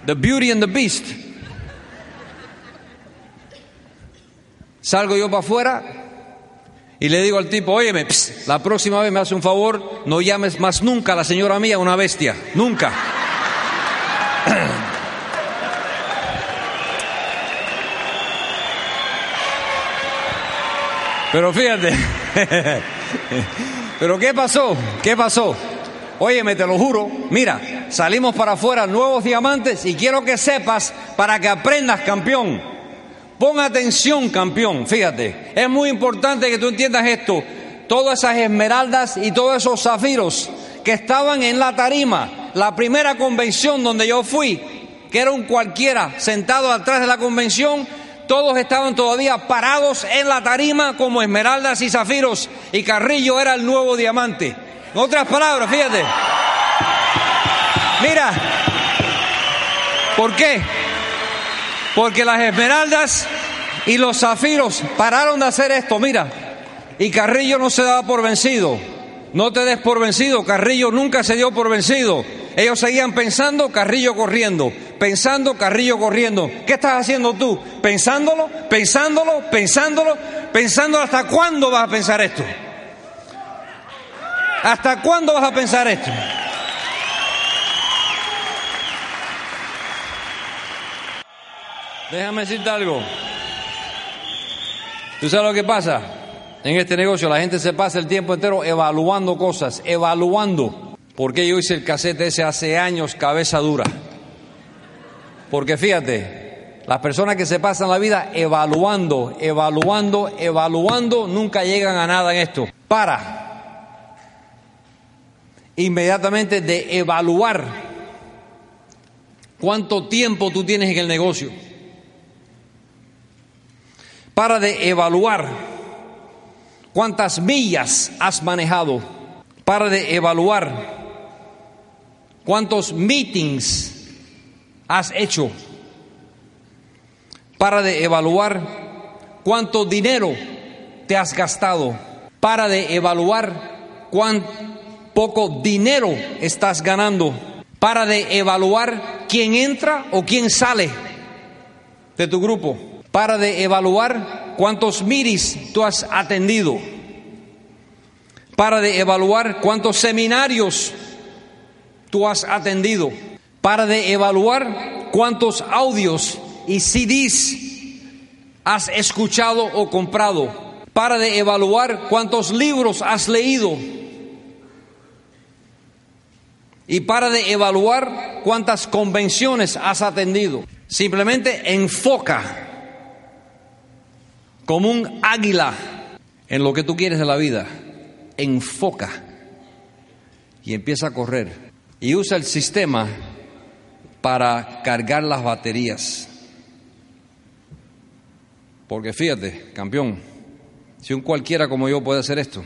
S3: the beauty and the beast. Salgo yo para afuera, y le digo al tipo, óyeme, psst, la próxima vez me hace un favor, no llames más nunca a la señora mía una bestia, nunca. Pero fíjate, pero ¿qué pasó? ¿Qué pasó? Óyeme, te lo juro, mira, salimos para afuera nuevos diamantes y quiero que sepas para que aprendas, campeón. Pon atención, campeón, fíjate. Es muy importante que tú entiendas esto. Todas esas esmeraldas y todos esos zafiros que estaban en la tarima, la primera convención donde yo fui, que era un cualquiera sentado atrás de la convención, todos estaban todavía parados en la tarima como esmeraldas y zafiros, y Carrillo era el nuevo diamante. En otras palabras, fíjate. Mira, ¿por qué? Porque las esmeraldas y los zafiros pararon de hacer esto, mira. Y Carrillo no se daba por vencido. No te des por vencido, Carrillo nunca se dio por vencido. Ellos seguían pensando, Carrillo corriendo, pensando, Carrillo corriendo. ¿Qué estás haciendo tú? Pensándolo, pensándolo, pensándolo, pensándolo. ¿Hasta cuándo vas a pensar esto? ¿Hasta cuándo vas a pensar esto? Déjame decirte algo. ¿Tú sabes lo que pasa? En este negocio la gente se pasa el tiempo entero evaluando cosas, evaluando. Porque yo hice el casete ese hace años cabeza dura? Porque fíjate, las personas que se pasan la vida evaluando, evaluando, evaluando, nunca llegan a nada en esto. Para. Inmediatamente de evaluar cuánto tiempo tú tienes en el negocio para de evaluar cuántas millas has manejado, para de evaluar cuántos meetings has hecho, para de evaluar cuánto dinero te has gastado, para de evaluar cuán poco dinero estás ganando, para de evaluar quién entra o quién sale de tu grupo para de evaluar cuántos miris tú has atendido, para de evaluar cuántos seminarios tú has atendido, para de evaluar cuántos audios y CDs has escuchado o comprado, para de evaluar cuántos libros has leído y para de evaluar cuántas convenciones has atendido. Simplemente enfoca como un águila en lo que tú quieres de la vida. Enfoca y empieza a correr. Y usa el sistema para cargar las baterías. Porque fíjate, campeón, si un cualquiera como yo puede hacer esto,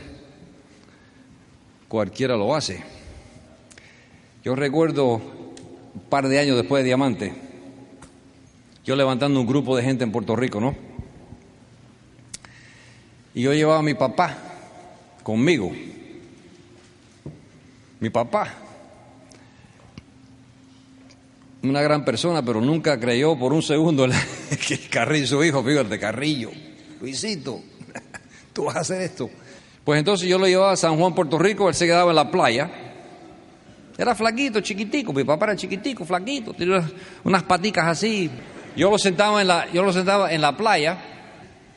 S3: cualquiera lo hace. Yo recuerdo un par de años después de Diamante, yo levantando un grupo de gente en Puerto Rico, ¿no? Y yo llevaba a mi papá conmigo. Mi papá. Una gran persona, pero nunca creyó por un segundo que Carrillo, su hijo, fíjate, Carrillo, Luisito, tú vas a hacer esto. Pues entonces yo lo llevaba a San Juan, Puerto Rico, él se quedaba en la playa. Era flaquito, chiquitico, mi papá era chiquitico, flaquito, tenía unas paticas así. Yo lo sentaba en la, yo lo sentaba en la playa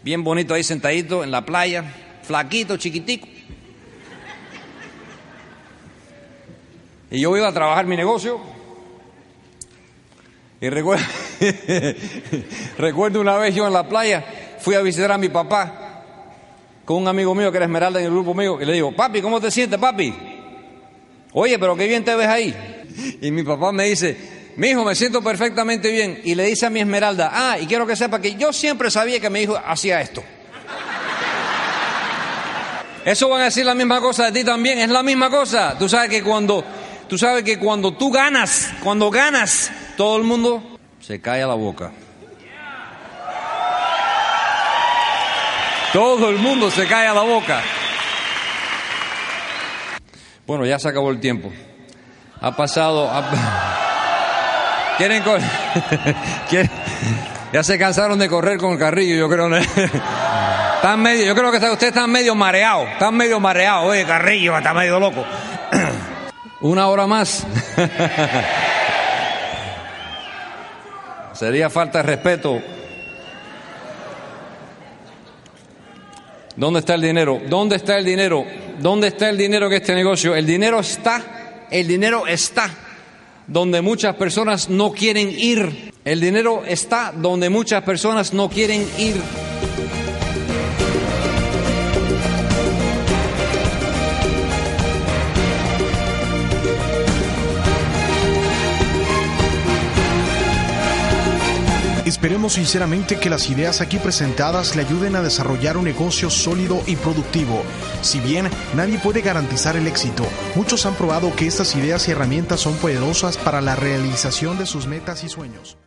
S3: bien bonito ahí sentadito en la playa, flaquito, chiquitico. Y yo iba a trabajar mi negocio. Y recuerdo, recuerdo una vez yo en la playa, fui a visitar a mi papá con un amigo mío que era Esmeralda en el grupo mío, y le digo, papi, ¿cómo te sientes, papi? Oye, pero qué bien te ves ahí. Y mi papá me dice, mi hijo, me siento perfectamente bien. Y le dice a mi Esmeralda, ah, y quiero que sepa que yo siempre sabía que mi hijo hacía esto. Eso van a decir la misma cosa de ti también, es la misma cosa. Tú sabes que cuando tú sabes que cuando tú ganas, cuando ganas, todo el mundo se cae a la boca. Todo el mundo se cae a la boca. Bueno, ya se acabó el tiempo. Ha pasado. ha- Quieren cor- quieren- Ya se cansaron de correr con el carrillo, yo creo. Están medio, yo creo que está- ustedes están medio mareados. Están medio mareados. Oye, carrillo, está medio loco. Una hora más. Sería falta de respeto. ¿Dónde está el dinero? ¿Dónde está el dinero? ¿Dónde está el dinero que este negocio? El dinero está, el dinero está donde muchas personas no quieren ir. El dinero está donde muchas personas no quieren ir.
S4: Esperemos sinceramente que las ideas aquí presentadas le ayuden a desarrollar un negocio sólido y productivo. Si bien nadie puede garantizar el éxito, muchos han probado que estas ideas y herramientas son poderosas para la realización de sus metas y sueños.